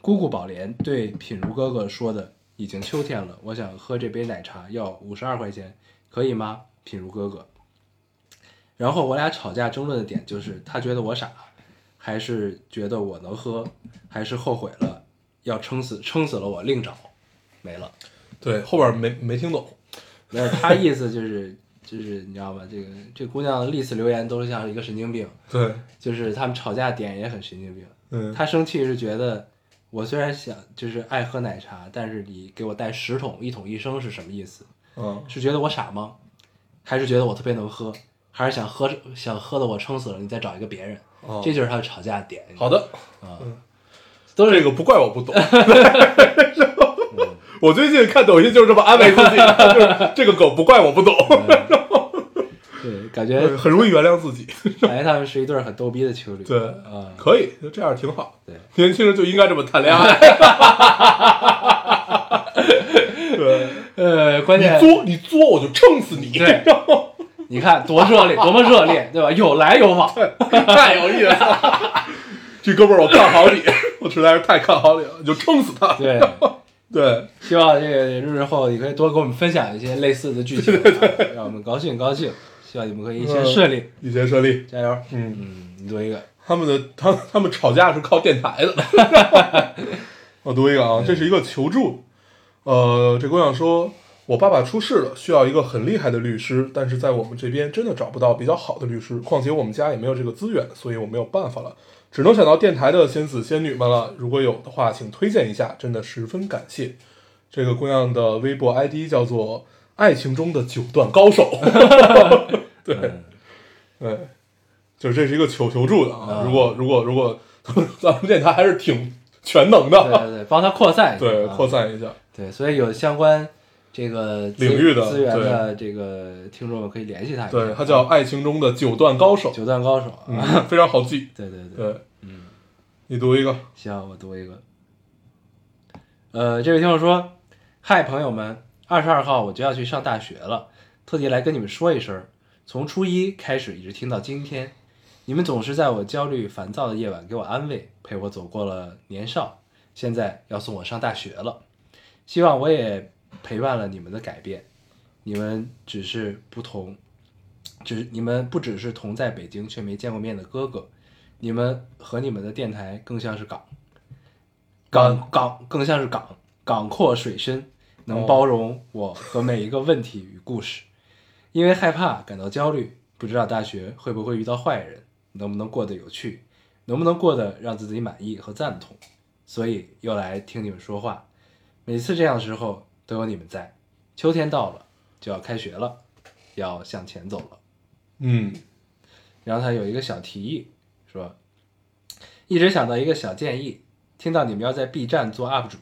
Speaker 2: 姑姑宝莲对品如哥哥说的：“已经秋天了，我想喝这杯奶茶，要五十二块钱，可以吗？”品如哥哥。然后我俩吵架争论的点就是，他觉得我傻，还是觉得我能喝，还是后悔了，要撑死撑死了我另找，没了。
Speaker 3: 对，后边没没听懂，
Speaker 2: 没有，他意思就是就是你知道吗？这个这姑娘历次留言都是像一个神经病，
Speaker 3: 对，
Speaker 2: 就是他们吵架点也很神经病。
Speaker 3: 嗯，
Speaker 2: 她生气是觉得我虽然想就是爱喝奶茶，但是你给我带十桶，一桶一升是什么意思？
Speaker 3: 嗯，
Speaker 2: 是觉得我傻吗？还是觉得我特别能喝？还是想喝想喝的我撑死了，你再找一个别人？
Speaker 3: 哦
Speaker 2: 这就是他们吵架点。
Speaker 3: 好的，
Speaker 2: 啊
Speaker 3: 嗯
Speaker 2: 都是
Speaker 3: 这个不怪我不
Speaker 2: 嗯
Speaker 3: 懂。 *laughs* 我最近看抖音就是这么安慰自己，就是这个梗不怪我不懂，
Speaker 2: 对，感
Speaker 3: *laughs*
Speaker 2: 觉
Speaker 3: 很容易原谅自己。
Speaker 2: 感觉他们是一对儿很逗逼的情侣。
Speaker 3: 对
Speaker 2: 啊，
Speaker 3: 可以，就这样挺好。
Speaker 2: 对，
Speaker 3: 年轻人就应该这么谈
Speaker 2: *laughs*
Speaker 3: 恋爱。对，
Speaker 2: 呃，关键
Speaker 3: 你作你作，我就撑死你。
Speaker 2: 对你看多热烈，多么热烈，对吧？有来有
Speaker 3: *laughs*
Speaker 2: 往，
Speaker 3: *laughs* 太有意思了。这哥们儿，我看好你，我实在是太看好你了，你就撑死他。
Speaker 2: *laughs* 对。
Speaker 3: 对，
Speaker 2: 希望这个日后你可以多给我们分享一些类似的剧情，啊让我们高兴高兴。希望你们可以一切顺利，
Speaker 3: 一切顺利。
Speaker 2: 加油！
Speaker 3: 嗯，
Speaker 2: 嗯，你
Speaker 3: *laughs*
Speaker 2: 读一个，
Speaker 3: 他们的他他们吵架是靠电台的。 *laughs* 我读一个啊，这是一个求助。呃，这姑娘说，我爸爸出事了，需要一个很厉害的律师，但是在我们这边真的找不到比较好的律师，况且我们家也没有这个资源，所以我没有办法了，只能想到电台的仙子仙女们了。如果有的话，请推荐一下，真的十分感谢。这个姑娘的微博 ID 叫做“爱情中的九段高手”，对，
Speaker 2: 嗯
Speaker 3: 对，就是这是一个求求助的啊。
Speaker 2: 嗯
Speaker 3: 如果如果如果 *laughs* 咱们电台还是挺全能的，
Speaker 2: 对对对，帮他扩散一下，
Speaker 3: 对，
Speaker 2: 啊
Speaker 3: 扩散一下。
Speaker 2: 对，所以有相关这个资
Speaker 3: 领域的
Speaker 2: 资源的这个听众们可以联系他一下，啊
Speaker 3: 对，他叫《爱情中的九段高手》，
Speaker 2: 嗯九段高手啊，
Speaker 3: 嗯，非常好记。
Speaker 2: 对对对，
Speaker 3: 对，嗯，你读一个，
Speaker 2: 行，我读一个。呃，这位听众说：“嗨，朋友们，二十二号我就要去上大学了，特地来跟你们说一声。从初一开始一直听到今天，你们总是在我焦虑烦躁的夜晚给我安慰，陪我走过了年少。现在要送我上大学了，希望我也陪伴了你们的改变。你们只是不同，只你们不只是同在北京却没见过面的哥哥，你们和你们的电台更像是港，港港更像是港，港阔水深，能包容我和每一个问题与故事。因为害怕感到焦虑，不知道大学会不会遇到坏人，能不能过得有趣，能不能过得让自己满意和赞同，所以又来听你们说话。每次这样的时候都有你们在。秋天到了，就要开学了，要向前走了。
Speaker 3: 嗯，
Speaker 2: 然后他有一个小提议，说一直想到一个小建议，听到你们要在 B 站做 UP 主，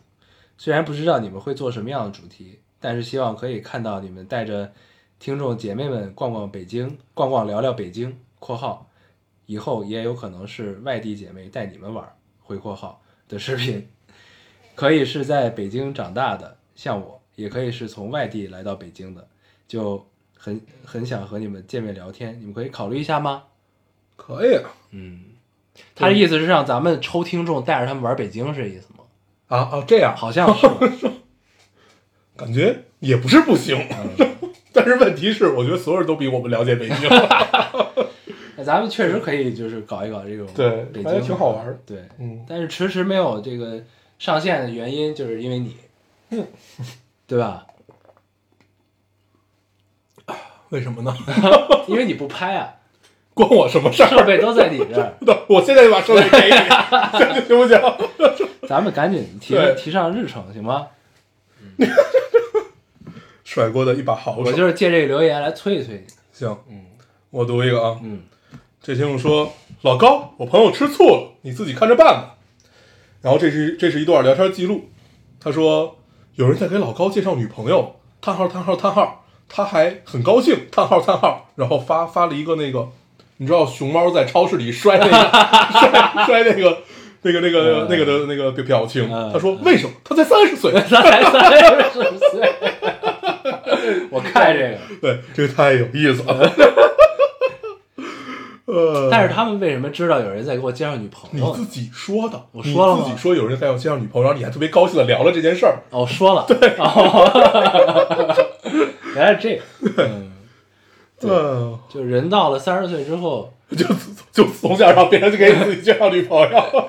Speaker 2: 虽然不知道你们会做什么样的主题，但是希望可以看到你们带着听众姐妹们逛逛北京，逛逛聊聊北京（括号以后也有可能是外地姐妹带你们玩儿）回括号的视频。可以是在北京长大的，像我，也可以是从外地来到北京的，就很很想和你们见面聊天，你们可以考虑一下吗？
Speaker 3: 可以
Speaker 2: 嗯，他的意思是让咱们抽听众带着他们玩北京，是这意思吗？
Speaker 3: 啊啊，这样
Speaker 2: 好像
Speaker 3: *laughs*
Speaker 2: 是，
Speaker 3: 感觉也不是不行， *laughs* 但是问题是，我觉得所有人都比我们了解北京。
Speaker 2: 那咱们确实可以就是搞一搞这种
Speaker 3: 对
Speaker 2: 北
Speaker 3: 感觉
Speaker 2: 京
Speaker 3: 挺好玩的
Speaker 2: 对，
Speaker 3: 嗯，
Speaker 2: 但是迟迟没有这个上线的原因，就是因为你，
Speaker 3: 嗯
Speaker 2: 对吧？ *laughs*
Speaker 3: 为什么呢？
Speaker 2: 因为你不拍啊，
Speaker 3: 关我什么事
Speaker 2: 设
Speaker 3: 儿？ *laughs*
Speaker 2: 备都在你这儿，
Speaker 3: 我现在就把设备给你， *laughs* 行不行？ *laughs*
Speaker 2: 咱们赶紧提
Speaker 3: 对
Speaker 2: 提上日程行吗？
Speaker 3: 甩锅的一把好
Speaker 2: 我
Speaker 3: 手。
Speaker 2: 就是借这个留言来催一
Speaker 3: *laughs*
Speaker 2: 催你。
Speaker 3: 行，嗯，我读一个啊，
Speaker 2: 嗯，
Speaker 3: 这听众说：“老高，我朋友吃醋了，你自己看着办吧。”然后这是这是一段聊天记录，他说有人在给老高介绍女朋友，叹号叹号叹号，他还很高兴，叹号叹号，然后发发了一个那个，你知道熊猫在超市里摔那个摔摔那个那个那个那个的那个表情，
Speaker 2: 嗯
Speaker 3: 他说为什么他才三十岁？ *laughs*
Speaker 2: 咱才三十岁，
Speaker 3: *laughs*
Speaker 2: 我看这个，
Speaker 3: 对，这个太有意思了。 *laughs* 呃，
Speaker 2: 但是他们为什么知道有人在给我介绍女朋
Speaker 3: 你
Speaker 2: 友
Speaker 3: 自
Speaker 2: 呢？
Speaker 3: 己说的，
Speaker 2: 哦我说了吗
Speaker 3: 你自己说有人在我介绍女朋友，然后你还特别高兴的聊了这件事儿。
Speaker 2: 哦，说了，对， *laughs* 原来是这个，对
Speaker 3: 嗯，
Speaker 2: 就人到了三十岁之后，
Speaker 3: 就就从 *laughs* 小让别人就给你自己介绍女朋友，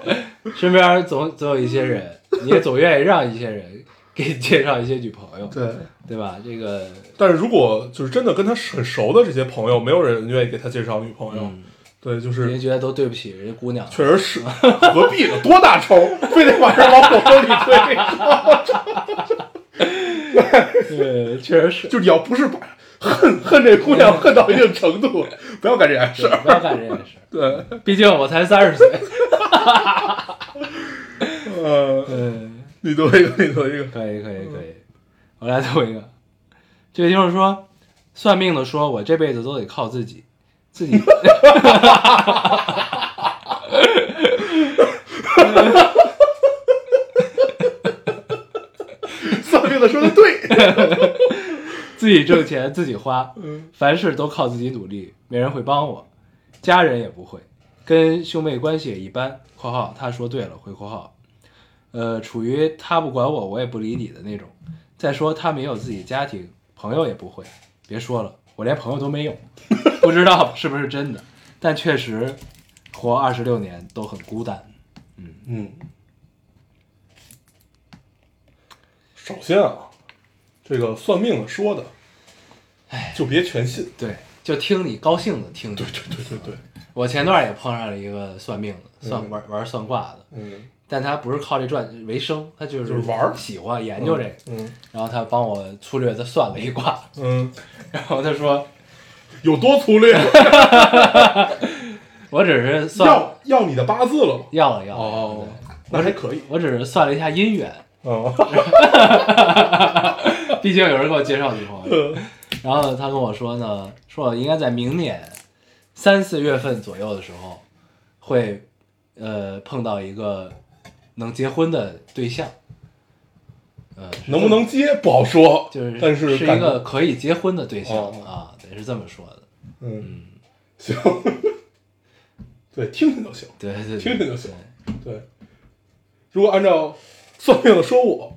Speaker 2: 身边总总有一些人，你也总愿意让一些人给你介绍一些女朋友，
Speaker 3: 对。
Speaker 2: *laughs* 对吧？这个，
Speaker 3: 但是如果就是真的跟他很熟的这些朋友，没有人愿意给他介绍女朋友，
Speaker 2: 嗯，
Speaker 3: 对，就
Speaker 2: 人家
Speaker 3: 是
Speaker 2: 觉得都对不起人家姑娘了，
Speaker 3: 确实是 *laughs* 何必呢？多大仇，非得把人往火坑里推？ *laughs*
Speaker 2: 对， *laughs* 确实是，
Speaker 3: 就是你要不是把恨恨这姑
Speaker 2: 嗯
Speaker 3: 娘恨到一定程度，不要干这件事
Speaker 2: 对
Speaker 3: 儿。
Speaker 2: 不要干这件事儿，
Speaker 3: 对，
Speaker 2: 毕竟我才三十岁， *laughs*
Speaker 3: 呃，
Speaker 2: 嗯。
Speaker 3: 你读一个，你读一个，
Speaker 2: 可以可以可以，我来读一个。这个就是说，算命的说我这辈子都得靠自己，自己。
Speaker 3: 算命的说的对。
Speaker 2: 自己挣
Speaker 3: *laughs*
Speaker 2: 钱自己花
Speaker 3: 嗯，
Speaker 2: 凡事都靠自己努力，没人会帮我，家人也不会，跟兄妹关系也一般。（括号他说对了，回括号）呃，处于他不管我，我也不理你的那种。再说他没有自己家庭，朋友也不会。别说了，我连朋友都没
Speaker 3: *laughs*
Speaker 2: 有，不知道是不是真的，但确实活二十六年都很孤单。
Speaker 3: 嗯，首先啊，这个算命的说的，哎，就别全信。
Speaker 2: 对，就听你高兴的听你。
Speaker 3: 对对对对，
Speaker 2: 我前段也碰上了一个算命的，算玩玩算卦的，
Speaker 3: 嗯
Speaker 2: 但他不是靠这赚为生，他就是
Speaker 3: 就是玩儿
Speaker 2: 喜欢研究这个。
Speaker 3: 嗯
Speaker 2: 然后他帮我粗略的算了一卦，
Speaker 3: 嗯，
Speaker 2: 然后他
Speaker 3: *laughs*
Speaker 2: 说
Speaker 3: 有多粗略？
Speaker 2: 我只是算
Speaker 3: 要要你的八字了吗？
Speaker 2: 要了要了，
Speaker 3: 哦，那还可以。
Speaker 2: 我只是算了一下姻缘，
Speaker 3: 哦， *laughs*
Speaker 2: 毕竟有人给我介绍女
Speaker 3: *laughs*
Speaker 2: 朋友。然后他跟我说呢，说我应该在明年三四月份左右的时候会呃碰到一个能结婚的对象，呃，是
Speaker 3: 能不能接不好说，
Speaker 2: 就是
Speaker 3: 但
Speaker 2: 是
Speaker 3: 是
Speaker 2: 一
Speaker 3: 感觉
Speaker 2: 个可以结婚的对象、
Speaker 3: 哦
Speaker 2: 啊，得是这么说的。
Speaker 3: 嗯，行，对，听听就行。
Speaker 2: 对对对，
Speaker 3: 听听就行
Speaker 2: 对
Speaker 3: 对，如果按照算命的说我，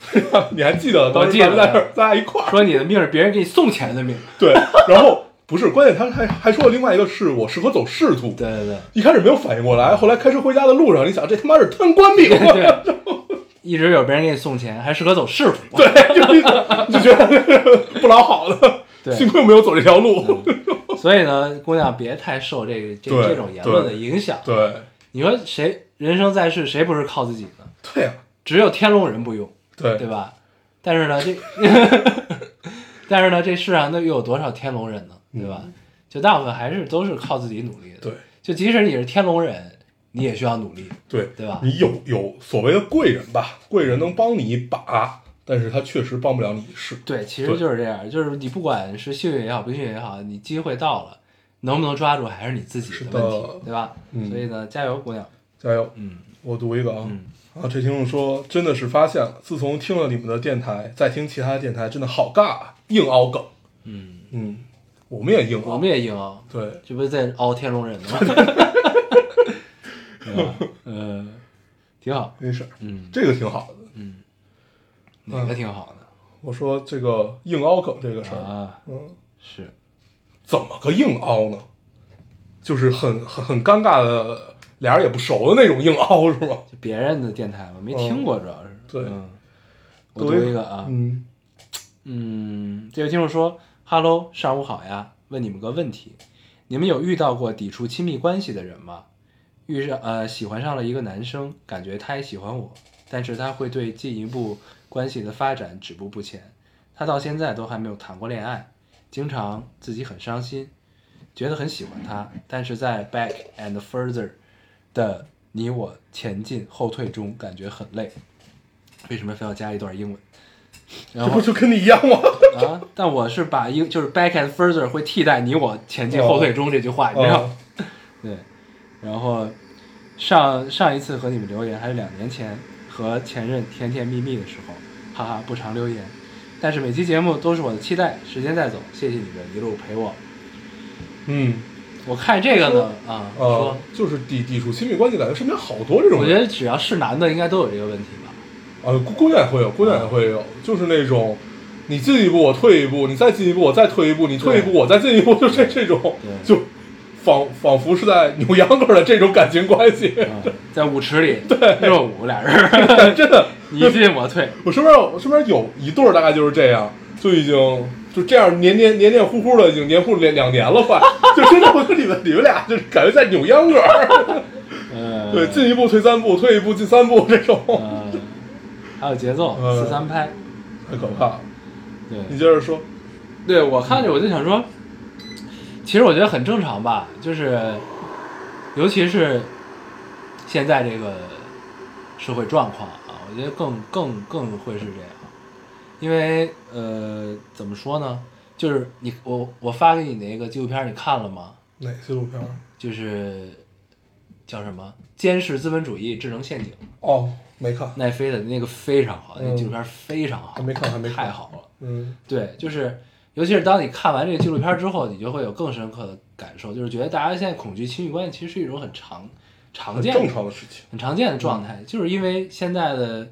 Speaker 3: *laughs* 你还记得当时咱们在这儿咱俩一块儿
Speaker 2: 说你的命是别人给你送钱的命。
Speaker 3: *laughs* 对，然后不是关键，他还还说了另外一个是我适合走仕途。
Speaker 2: 对对对。
Speaker 3: 一开始没有反应过来，后来开车回家的路上，你想这他妈是贪官命，
Speaker 2: 对，一直有别人给你送钱，还适合走啊仕途。
Speaker 3: 对，就你就觉得不老好的，
Speaker 2: 对嗯
Speaker 3: 幸亏没有走这条路。
Speaker 2: 所以呢，姑娘别太受这个这
Speaker 3: 对
Speaker 2: 这种言论的影响。
Speaker 3: *laughs* 对，
Speaker 2: 你说谁人生在世，谁不是靠自己呢？
Speaker 3: 对呀、
Speaker 2: 只有天龙人不用，
Speaker 3: 对
Speaker 2: 对吧？但是呢，这， *laughs* 但是呢，这世上都又有多少天龙人呢？对吧？就大部分还是都是靠自己努力的。
Speaker 3: 嗯对，
Speaker 2: 就即使你是天龙人，你也需要努力。
Speaker 3: 对
Speaker 2: 对吧
Speaker 3: 你有有所谓的贵人吧，贵人能帮你一把，但是他确实帮不了你一世。
Speaker 2: 对，其
Speaker 3: 对
Speaker 2: 实就是这样，就是你不管是幸运也好，不幸运也好，你机会到了，能不能抓住还是你自己的问
Speaker 3: 是的
Speaker 2: 题，对吧？
Speaker 3: 嗯
Speaker 2: 所以呢，加油，姑娘。
Speaker 3: 加油！
Speaker 2: 嗯，
Speaker 3: 我读一个啊，
Speaker 2: 嗯
Speaker 3: 啊，这听众说真的是发现了，自从听了你们的电台，再听其他电台真的好尬，啊，硬凹梗。
Speaker 2: 嗯，
Speaker 3: 嗯，我们也硬
Speaker 2: 我
Speaker 3: 凹，
Speaker 2: 们也赢啊，
Speaker 3: 对，
Speaker 2: 这不是在凹天龙人呢吗？ *laughs* 对吧？嗯，挺好。
Speaker 3: 没事儿，
Speaker 2: 嗯，
Speaker 3: 这个挺好的。
Speaker 2: 哪个挺好呢？
Speaker 3: 我说这个硬凹梗这个事儿，
Speaker 2: 啊，
Speaker 3: 嗯嗯，
Speaker 2: 是
Speaker 3: 怎么个硬凹呢？就是很很很尴尬的，俩人也不熟的那种硬凹是吗？
Speaker 2: 就别人的电台嘛，没听过，主要是。
Speaker 3: 对
Speaker 2: 嗯我读一个啊，
Speaker 3: 嗯，
Speaker 2: 嗯，这位听众说哈喽，上午好呀，问你们个问题，你们有遇到过抵触亲密关系的人吗？遇上呃喜欢上了一个男生，感觉他也喜欢我，但是他会对进一步关系的发展止步不前，他到现在都还没有谈过恋爱，经常自己很伤心，觉得很喜欢他，但是在 back and further 的你我前进后退中感觉很累，为什么非要加一段英文？然
Speaker 3: 这
Speaker 2: 后
Speaker 3: 不就跟你一样吗？
Speaker 2: 啊，但我是把一就是 back and further 会替代你我前进后退中这句话，你知道？吗？
Speaker 3: 啊，
Speaker 2: 对，然后上上一次和你们留言还是两年前和前任甜甜蜜蜜的时候，哈哈，不常留言，但是每期节目都是我的期待，时间带走，谢谢你们一路陪我。
Speaker 3: 嗯，
Speaker 2: 我看这个
Speaker 3: *laughs*
Speaker 2: 呢啊，说
Speaker 3: 啊，就是抵抵触亲密关系，感觉身边好多这种
Speaker 2: 我
Speaker 3: 人
Speaker 2: 觉。得只要是男的应该都有这个问题吧。
Speaker 3: 啊，姑姑娘也会有，姑娘也会有，就是那种你进一步我退一步，你再进一步我再退一步，你退一步我再进一步，就这这种，
Speaker 2: 对
Speaker 3: 就仿仿佛是在扭秧歌的这种感情
Speaker 2: *laughs*
Speaker 3: 关系， *laughs*
Speaker 2: 嗯，在舞池里热舞俩人， *laughs*
Speaker 3: 真的，
Speaker 2: 你进我退，
Speaker 3: 我身边有我身边有一对儿大概就是这样，就已经就这样黏黏黏黏糊糊的，已经黏糊两两年了
Speaker 2: *laughs*
Speaker 3: 快，就真的我说你们你们俩就是感觉在扭秧歌儿，
Speaker 2: 呃，
Speaker 3: 对，进一步退三步，退一步进三步这种，
Speaker 2: 呃，还有节奏
Speaker 3: 嗯
Speaker 2: 四三拍，
Speaker 3: 太可怕了。
Speaker 2: 对，
Speaker 3: 你接着说，
Speaker 2: 对我看着我就想说，其实我觉得很正常吧，就是尤其是现在这个社会状况啊，我觉得更更更会是这样，因为呃，怎么说呢，就是你我我发给你那个纪录片儿，你看了吗？
Speaker 3: 哪纪录片儿？
Speaker 2: 就是叫什么《监视资本主义智能陷阱》，
Speaker 3: 哦，没看，
Speaker 2: 奈飞的那个非常好，那
Speaker 3: 嗯
Speaker 2: 纪录片儿非常好，
Speaker 3: 还没看还没看
Speaker 2: 太好了。
Speaker 3: 嗯。
Speaker 2: 对，就是尤其是当你看完这个纪录片之后，你就会有更深刻的感受，就是觉得大家现在恐惧亲密关系其实是一种很常常
Speaker 3: 很
Speaker 2: 见的、
Speaker 3: 正常的事情。
Speaker 2: 很常见的状态，就是因为现在的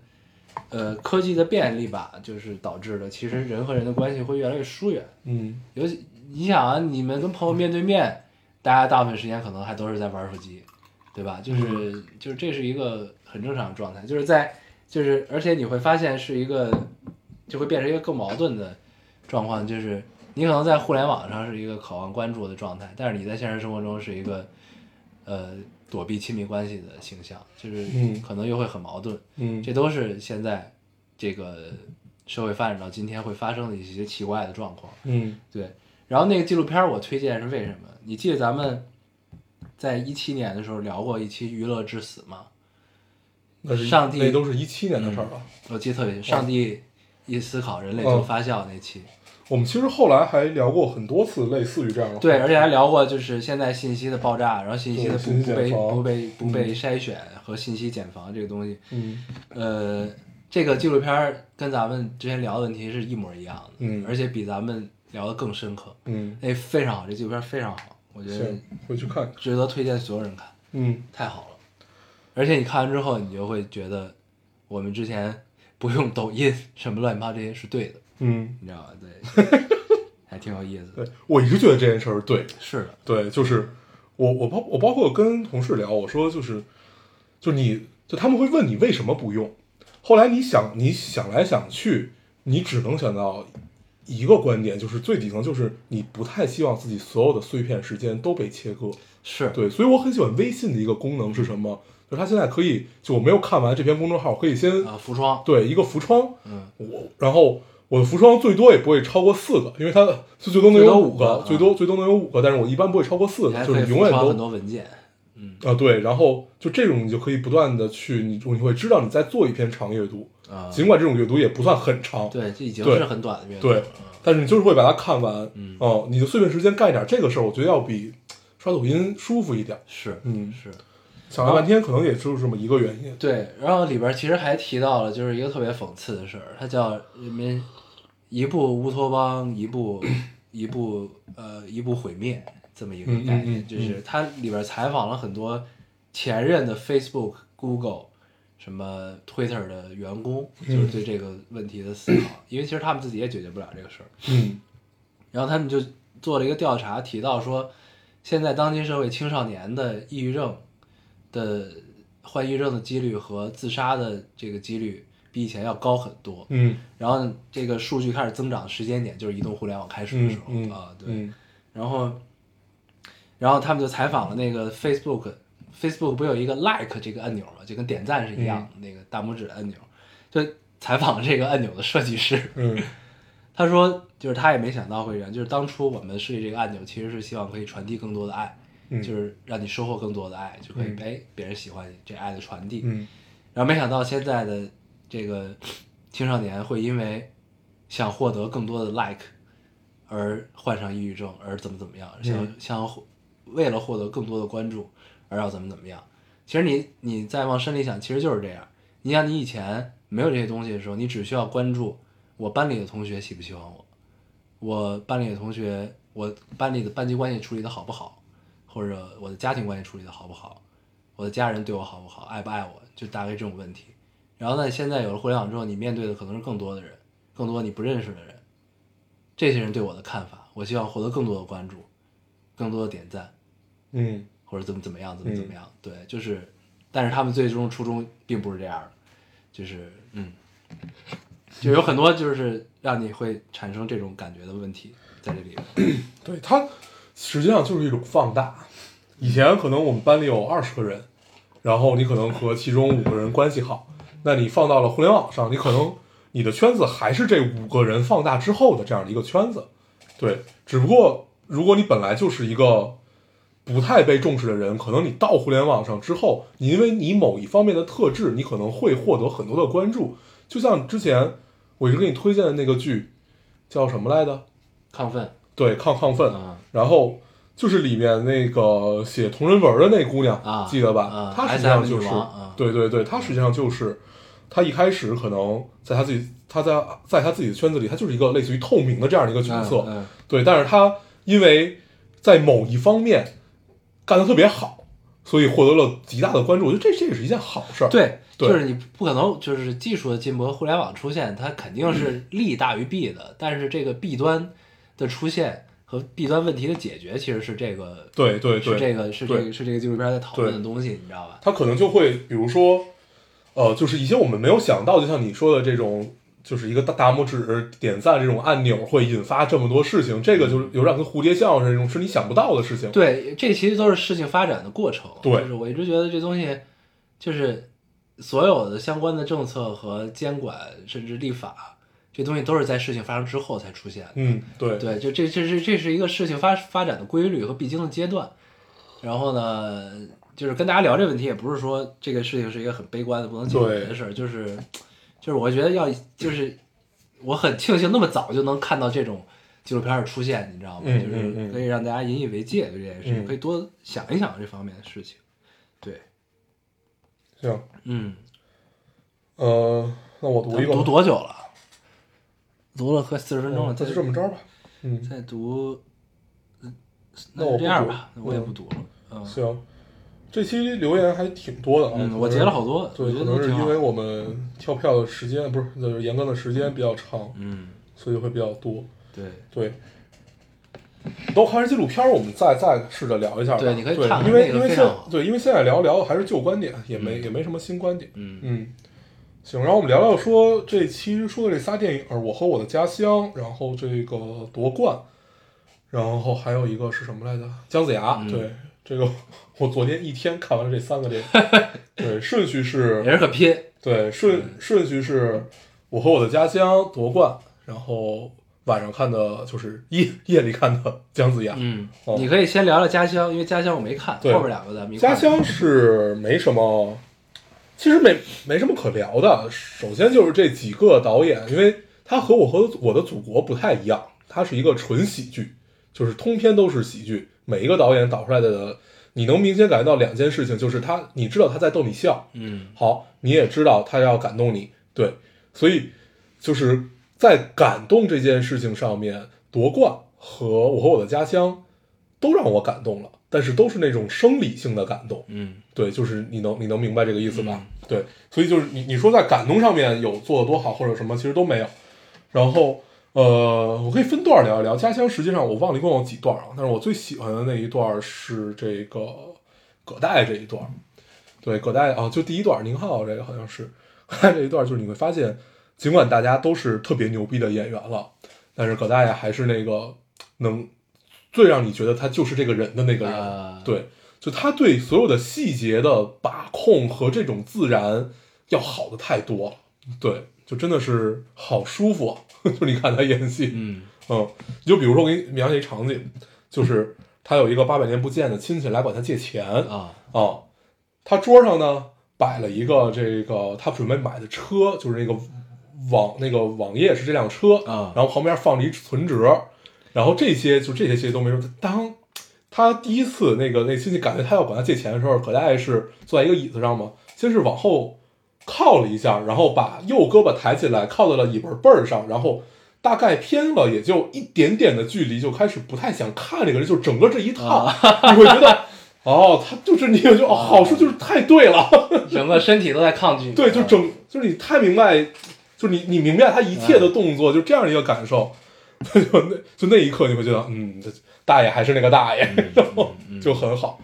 Speaker 2: 呃科技的便利吧，就是导致的，其实人和人的关系会越来越疏远。
Speaker 3: 嗯，
Speaker 2: 尤其你想啊，你们跟朋友面对面，大家大部分时间可能还都是在玩手机，对吧？就是就是这是一个很正常的状态，就是在就是而且你会发现是一个就会变成一个更矛盾的状况，就是你可能在互联网上是一个渴望关注的状态，但是你在现实生活中是一个呃躲避亲密关系的形象，就是
Speaker 3: 嗯
Speaker 2: 可能又会很矛盾。
Speaker 3: 嗯
Speaker 2: 这都是现在这个社会发展到今天会发生的一些奇怪的状况。
Speaker 3: 嗯
Speaker 2: 对，然后那个纪录片儿我推荐是为什么？你记得咱们在一七年的时候聊过一期《娱乐至死》吗？
Speaker 3: 那是
Speaker 2: 上帝
Speaker 3: 那都是一七年的事儿了。
Speaker 2: 我记得特别清，
Speaker 3: 哦
Speaker 2: 上帝一思考，人类就发笑那期。
Speaker 3: 我们其实后来还聊过很多次类似于这样的话
Speaker 2: 对，而且还聊过就是现在信息的爆炸，然后信息的不
Speaker 3: 对信息
Speaker 2: 不被
Speaker 3: 茧房
Speaker 2: 不被不被筛选和信息茧房这个东西。
Speaker 3: 嗯
Speaker 2: 呃，这个纪录片儿跟咱们之前聊的问题是一模一样的，
Speaker 3: 嗯
Speaker 2: 而且比咱们聊的更深刻。
Speaker 3: 嗯，
Speaker 2: 哎，非常好，这纪录片非常好，我觉得
Speaker 3: 行，回去看看。
Speaker 2: 值得推荐所有人看，
Speaker 3: 嗯，
Speaker 2: 太好了。而且你看完之后，你就会觉得我们之前不用抖音 *laughs* 什么乱七八糟这些是对的，
Speaker 3: 嗯，
Speaker 2: 你知道吧？对， *laughs* 还挺有意思的。
Speaker 3: 对我一直觉得这件事儿是对的。
Speaker 2: 是的，
Speaker 3: 对，就是我我包我包括跟同事聊，我说就是就你就他们会问你为什么不用，后来你想你想来想去，你只能想到一个观点，就是最底层就是你不太希望自己所有的碎片时间都被切割。
Speaker 2: 是，
Speaker 3: 对，所以我很喜欢微信的一个功能是什么？就是它现在可以，就我没有看完这篇公众号，我可以先、
Speaker 2: 啊，服装，
Speaker 3: 对一个浮窗，
Speaker 2: 嗯，
Speaker 3: 我然后我的浮窗最多也不会超过四个，因为它最最多能
Speaker 2: 最多
Speaker 3: 有
Speaker 2: 五
Speaker 3: 个
Speaker 2: 个，啊
Speaker 3: 最多最多能有五个，但是我一般不会超过四
Speaker 2: 你
Speaker 3: 个，
Speaker 2: 还
Speaker 3: 就
Speaker 2: 可以
Speaker 3: 是
Speaker 2: 服
Speaker 3: 永远
Speaker 2: 装很
Speaker 3: 都
Speaker 2: 多文件，嗯
Speaker 3: 啊，对，然后就这种你就可以不断的去，你你会知道你在做一篇长阅读，
Speaker 2: 啊，
Speaker 3: 尽管这种阅读也不算很长，
Speaker 2: 对，这已经
Speaker 3: 对
Speaker 2: 是很短的阅读
Speaker 3: 对
Speaker 2: 了，
Speaker 3: 但是你就是会把它看完，
Speaker 2: 嗯
Speaker 3: 哦，你就碎片时间干一点这个事儿，我觉得要比刷抖音舒服一点。
Speaker 2: 是
Speaker 3: 嗯
Speaker 2: 是，
Speaker 3: 想了半天，可能也就是这么一个原因。
Speaker 2: 对。然后里边其实还提到了，就是一个特别讽刺的事儿，它叫人民一部乌托邦，一部一部呃一部毁灭这么一个
Speaker 3: 嗯嗯
Speaker 2: 概念，
Speaker 3: 嗯
Speaker 2: 就是它里边采访了很多前任的 Facebook、Google。什么 Twitter 的员工，
Speaker 3: 嗯
Speaker 2: 就是对这个问题的思考，因为其实他们自己也解决不了这个事儿。
Speaker 3: 嗯
Speaker 2: 然后他们就做了一个调查，提到说，现在当今社会青少年的抑郁症的患抑郁症的几率和自杀的这个几率比以前要高很多。
Speaker 3: 嗯
Speaker 2: 然后这个数据开始增长的时间点就是移动互联网开始的时候、
Speaker 3: 嗯嗯
Speaker 2: 啊，对。
Speaker 3: 嗯
Speaker 2: 然后，然后他们就采访了那个 Facebook。Facebook 不有一个 like 这个按钮嘛，就跟点赞是一样
Speaker 3: 嗯
Speaker 2: 的，那个大拇指按钮，就采访这个按钮的设计师，
Speaker 3: 嗯
Speaker 2: 他说，就是他也没想到会这样，就是当初我们设计这个按钮，其实是希望可以传递更多的爱，
Speaker 3: 嗯，
Speaker 2: 就是让你收获更多的爱，就可以
Speaker 3: 嗯
Speaker 2: 哎别人喜欢你这爱的传递。
Speaker 3: 嗯
Speaker 2: 然后没想到现在的这个青少年会因为想获得更多的 like 而患上抑郁症，而怎么怎么样，想想获为了获得更多的关注而要怎么怎么样。其实你你再往深里想，其实就是这样。你像你以前没有这些东西的时候，你只需要关注我班里的同学喜不喜欢我，我班里的同学，我班里的班级关系处理的好不好，或者我的家庭关系处理的好不好，我的家人对我好不好，爱不爱我，就大概这种问题。然后呢，现在有了互联网之后，你面对的可能是更多的人，更多你不认识的人，这些人对我的看法，我希望获得更多的关注，更多的点赞，
Speaker 3: 嗯
Speaker 2: 或者怎么怎么样，怎么怎么样。对，就是，但是他们最终初衷并不是这样的，就是嗯，就有很多就是让你会产生这种感觉的问题在这里边。
Speaker 3: 对，它实际上就是一种放大。以前可能我们班里有二十个人，然后你可能和其中五个人关系好，那你放到了互联网上，你可能你的圈子还是这五个人放大之后的这样的一个圈子。对，只不过如果你本来就是一个不太被重视的人，可能你到互联网上之后，你因为你某一方面的特质，你可能会获得很多的关注。就像之前我一直给你推荐的那个剧，叫什么来着？
Speaker 2: 亢奋
Speaker 3: 对，抗亢奋。
Speaker 2: 啊
Speaker 3: 然后就是里面那个写同人文的那姑娘，
Speaker 2: 啊
Speaker 3: 记得吧？
Speaker 2: 啊
Speaker 3: 她实际上
Speaker 2: SM
Speaker 3: 就是，
Speaker 2: 女王啊
Speaker 3: 对对对，她实际上就是，她一开始可能在她自己，她在在她自己的圈子里，她就是一个类似于透明的这样的一个角色，
Speaker 2: 嗯嗯
Speaker 3: 对，但是她因为在某一方面干得特别好，所以获得了极大的关注，我觉得这这也是一件好事儿。
Speaker 2: 对，
Speaker 3: 对
Speaker 2: 就是你不可能就是技术的进步和互联网出现，它肯定
Speaker 3: 嗯
Speaker 2: 是利大于弊的，但是这个弊端的出现和弊端问题的解决，其实是这个
Speaker 3: 对对对，
Speaker 2: 是这个是这
Speaker 3: 对
Speaker 2: 个是这个纪录片在讨论的
Speaker 3: 对
Speaker 2: 东西，你知道吧？
Speaker 3: 他可能就会，比如说，呃，就是一些我们没有想到，就像你说的这种，就是一个大大拇指点赞这种按钮会引发这么多事情，这个就是有点跟蝴蝶效应这种是你想不到的事情。
Speaker 2: 对，这其实都是事情发展的过程。
Speaker 3: 对
Speaker 2: 就是我一直觉得这东西，就是所有的相关的政策和监管，甚至立法，这东西都是在事情发生之后才出现的。
Speaker 3: 嗯，对，
Speaker 2: 对，就这这是这是一个事情发发展的规律和必经的阶段。然后呢，就是跟大家聊这问题，也不是说这个事情是一个很悲观的不能解决的
Speaker 3: 对
Speaker 2: 事儿，就是就是我觉得要就是我很庆幸那么早就能看到这种纪录片儿的出现，你知道吗？
Speaker 3: 嗯
Speaker 2: 就是
Speaker 3: 嗯嗯
Speaker 2: 可以让大家引以为戒对这件事情，
Speaker 3: 嗯
Speaker 2: 可以多想一想这方面的事情。对，
Speaker 3: 行，
Speaker 2: 嗯，
Speaker 3: 呃，那我
Speaker 2: 咱
Speaker 3: 读一
Speaker 2: 们
Speaker 3: 个吧，
Speaker 2: 读多久了？读了快四十分钟了，
Speaker 3: 嗯那
Speaker 2: 再
Speaker 3: 就这么着吧。嗯，
Speaker 2: 再读，
Speaker 3: 那
Speaker 2: 那就这
Speaker 3: 我不
Speaker 2: 样
Speaker 3: 读
Speaker 2: 吧，那我也
Speaker 3: 嗯
Speaker 2: 不读了，嗯。
Speaker 3: 行，这期留言还挺多的啊，
Speaker 2: 嗯，
Speaker 3: 可
Speaker 2: 我
Speaker 3: 能
Speaker 2: 截了好多，我觉
Speaker 3: 对，可
Speaker 2: 得
Speaker 3: 能
Speaker 2: 都
Speaker 3: 是
Speaker 2: 挺好
Speaker 3: 因为。我们跳票的时间不是，就是延更的时间比较长，
Speaker 2: 嗯，
Speaker 3: 所以会比较多。
Speaker 2: 对，
Speaker 3: 对，都还是纪录片儿，我们再再试着聊一下吧。
Speaker 2: 对
Speaker 3: 对，
Speaker 2: 你可以看看
Speaker 3: 因
Speaker 2: 那
Speaker 3: 为因
Speaker 2: 个
Speaker 3: 为
Speaker 2: 非
Speaker 3: 现
Speaker 2: 常好
Speaker 3: 对，因为现在聊聊的还是旧观点，也没、也没什么新观点。
Speaker 2: 嗯
Speaker 3: 嗯，行，然后我们聊聊说这期说的这仨电影，《我和我的家乡》，然后这个夺冠，然后还有一个是什么来着？姜子牙。
Speaker 2: 嗯
Speaker 3: 对，这个 *laughs* 我昨天一天看完了这三个
Speaker 2: *laughs*
Speaker 3: 电影，对，顺序是
Speaker 2: 也是很拼。
Speaker 3: 对，顺顺序是我和我的家乡夺冠，然后晚上看的，就是夜夜里看的《姜子牙》。
Speaker 2: 嗯
Speaker 3: 哦，
Speaker 2: 你可以先聊聊家乡，因为家乡我没看，
Speaker 3: 对
Speaker 2: 后边两个咱们一块
Speaker 3: 家
Speaker 2: 儿
Speaker 3: 乡是没什么，其实没没什么可聊的。首先就是这几个导演，因为他和我和我的祖国不太一样，它是一个纯喜剧，就是通篇都是喜剧。每一个导演导出来的，你能明显感觉到两件事情，就是他，你知道他在逗你笑，
Speaker 2: 嗯
Speaker 3: 好，你也知道他要感动你，对，所以就是在感动这件事情上面，夺冠和我和我的家乡都让我感动了，但是都是那种生理性的感动，
Speaker 2: 嗯
Speaker 3: 对，就是你能你能明白这个意思吧？对，所以就是你你说在感动上面有做的多好或者什么，其实都没有。然后呃，我可以分段聊一聊家乡，实际上我忘了一共有几段啊，但是我最喜欢的那一段是这个葛大爷这一段，对葛大爷啊，就第一段宁浩这个好像是这一段，就是你会发现，尽管大家都是特别牛逼的演员了，但是葛大爷还是那个能最让你觉得他就是这个人的那个人，
Speaker 2: 啊
Speaker 3: 对，就他对所有的细节的把控和这种自然要好的太多了，对，就真的是好舒服、啊， *laughs* 就你看他演戏，
Speaker 2: 嗯
Speaker 3: 嗯，你就比如说我给你描写一场景，就是他有一个八百年不见的亲戚来管他借钱啊、
Speaker 2: 啊
Speaker 3: 他桌上呢摆了一个这个他准备买的车，就是那个网那个网页是这辆车
Speaker 2: 啊
Speaker 3: 然后旁边放了一存折，然后这些就这些其实都没说。当他第一次那个那亲戚感觉他要管他借钱的时候，葛大爷是坐在一个椅子上嘛，先是往后靠了一下，然后把右胳膊抬起来靠到了椅背背儿上，然后大概偏了也就一点点的距离，就开始不太想看这个人，就整个这一套，你会觉得哦，他就是你就哦，好处就是太对了。
Speaker 2: 整个身体都在抗拒你。啊
Speaker 3: *laughs* 对，就整就是你太明白，就是你你明白他一切的
Speaker 2: 嗯
Speaker 3: 动作，就这样一个感受， *laughs* 就那就那一刻你会觉得，嗯，这大爷还是那个大爷，
Speaker 2: 嗯
Speaker 3: *laughs* 然后就很好。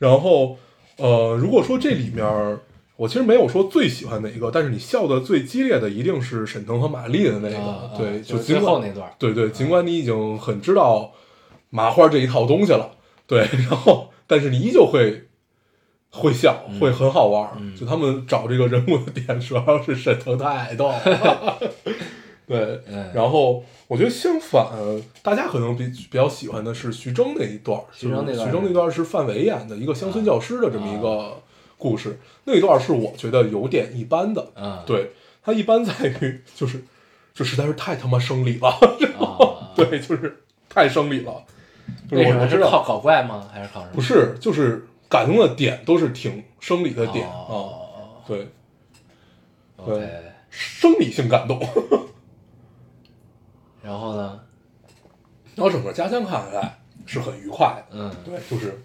Speaker 3: 然后呃，如果说这里面儿我其实没有说最喜欢哪一个，但是你笑的最激烈的一定是沈腾和马丽的那个，
Speaker 2: 啊啊
Speaker 3: 对，
Speaker 2: 就是
Speaker 3: 尽
Speaker 2: 最后
Speaker 3: 管
Speaker 2: 那段儿
Speaker 3: 对对，尽管你已经很知道麻花这一套东西了，对， *laughs* 然后但是你依旧会会笑，会很好玩儿。
Speaker 2: 嗯
Speaker 3: 就他们找这个人物的点，主要是沈腾太逗了。 *laughs* 对，
Speaker 2: 嗯
Speaker 3: 然后我觉得相反，大家可能比比较喜欢的是徐峥那一段儿，
Speaker 2: 徐峥那段
Speaker 3: 就是
Speaker 2: 儿啊
Speaker 3: 徐峥那段儿是范伟演的一个乡村教师的这么一个故事，那一段儿是我觉得有点一般的。
Speaker 2: 嗯
Speaker 3: 对，它一般在于就是，就实在是太他妈生理了， *laughs*
Speaker 2: 啊，
Speaker 3: 对，就是太生理了。就是
Speaker 2: 为什
Speaker 3: 我我
Speaker 2: 么
Speaker 3: 知
Speaker 2: 是
Speaker 3: 道
Speaker 2: 靠搞怪吗？还是靠什么？
Speaker 3: 不是，就是感动的点都是挺生理的点啊、
Speaker 2: 哦
Speaker 3: 对，对
Speaker 2: ，OK。
Speaker 3: 生理性感动。
Speaker 2: 然后呢？
Speaker 3: 然后整个家乡看起来是很愉快的，
Speaker 2: 嗯，
Speaker 3: 对，就是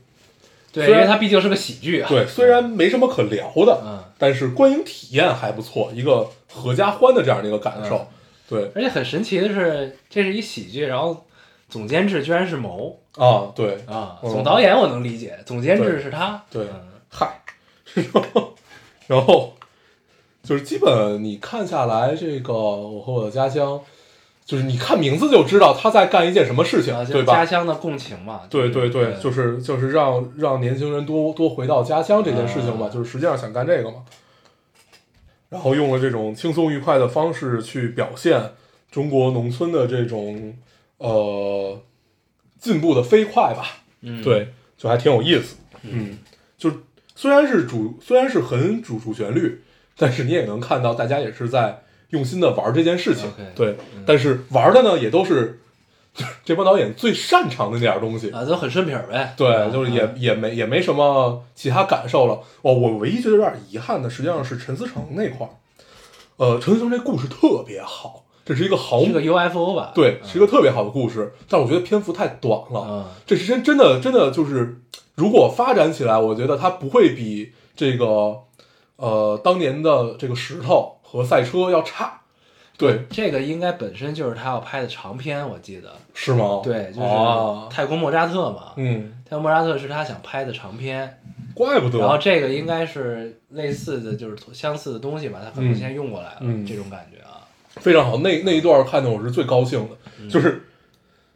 Speaker 2: 对，因
Speaker 3: 虽然
Speaker 2: 为它毕竟是个喜剧啊。
Speaker 3: 对，虽然没什么可聊的，
Speaker 2: 嗯
Speaker 3: 但是观影体验还不错，一个合家欢的这样的一个感
Speaker 2: 嗯
Speaker 3: 受，对
Speaker 2: 而且很神奇的是，这是一喜剧，然后总监制居然是谋
Speaker 3: 啊，对
Speaker 2: 啊，
Speaker 3: 嗯
Speaker 2: 总导演我能理解，总监制是他。
Speaker 3: 对
Speaker 2: 嗯，
Speaker 3: 嗨， *laughs* 然后就是基本你看下来，这个《我和我的家乡》，就是你看名字就知道他在干一件什么事情
Speaker 2: 然后，就
Speaker 3: 对
Speaker 2: 是啊家
Speaker 3: 吧？
Speaker 2: 乡的共情嘛。
Speaker 3: 对对对，就是是就是让让年轻人多多回到家乡这件事情嘛，
Speaker 2: 啊
Speaker 3: 就是实际上想干这个嘛。然后用了这种轻松愉快的方式去表现中国农村的这种呃进步的飞快吧，
Speaker 2: 嗯，
Speaker 3: 对，就还挺有意思。嗯，就虽然是主，虽然是很主主旋律，但是你也能看到大家也是在用心的玩这件事情。
Speaker 2: OK，嗯
Speaker 3: 对，但是玩的呢也都是这帮导演最擅长的那点儿东西。
Speaker 2: 啊，都很顺撇儿呗。
Speaker 3: 对，就是也、
Speaker 2: 啊
Speaker 3: 也没也没什么其他感受了。哦，我唯一觉得有点遗憾的，实际上是陈思诚那块儿。呃，陈思诚这故事特别好，这是一个豪
Speaker 2: 是个 UFO 吧？
Speaker 3: 对，是一个特别好的故事，但我觉得篇幅太短了。
Speaker 2: 嗯
Speaker 3: 这是真真的真的就是，如果发展起来，我觉得它不会比这个呃当年的这个石头和赛车要差。对，
Speaker 2: 这个应该本身就是他要拍的长片，我记得。
Speaker 3: 是吗？
Speaker 2: 对，就是
Speaker 3: 啊
Speaker 2: 《太空莫扎特》嘛，
Speaker 3: 嗯，
Speaker 2: 太空莫扎特》是他想拍的长片，
Speaker 3: 怪不得。
Speaker 2: 然后这个应该是类似的，就是相似的东西吧，他可能
Speaker 3: 嗯
Speaker 2: 先用过来了，
Speaker 3: 嗯
Speaker 2: 这种感觉
Speaker 3: *laughs*
Speaker 2: 啊。
Speaker 3: 非常好，那那一段看的我是最高兴的，
Speaker 2: 嗯
Speaker 3: 就是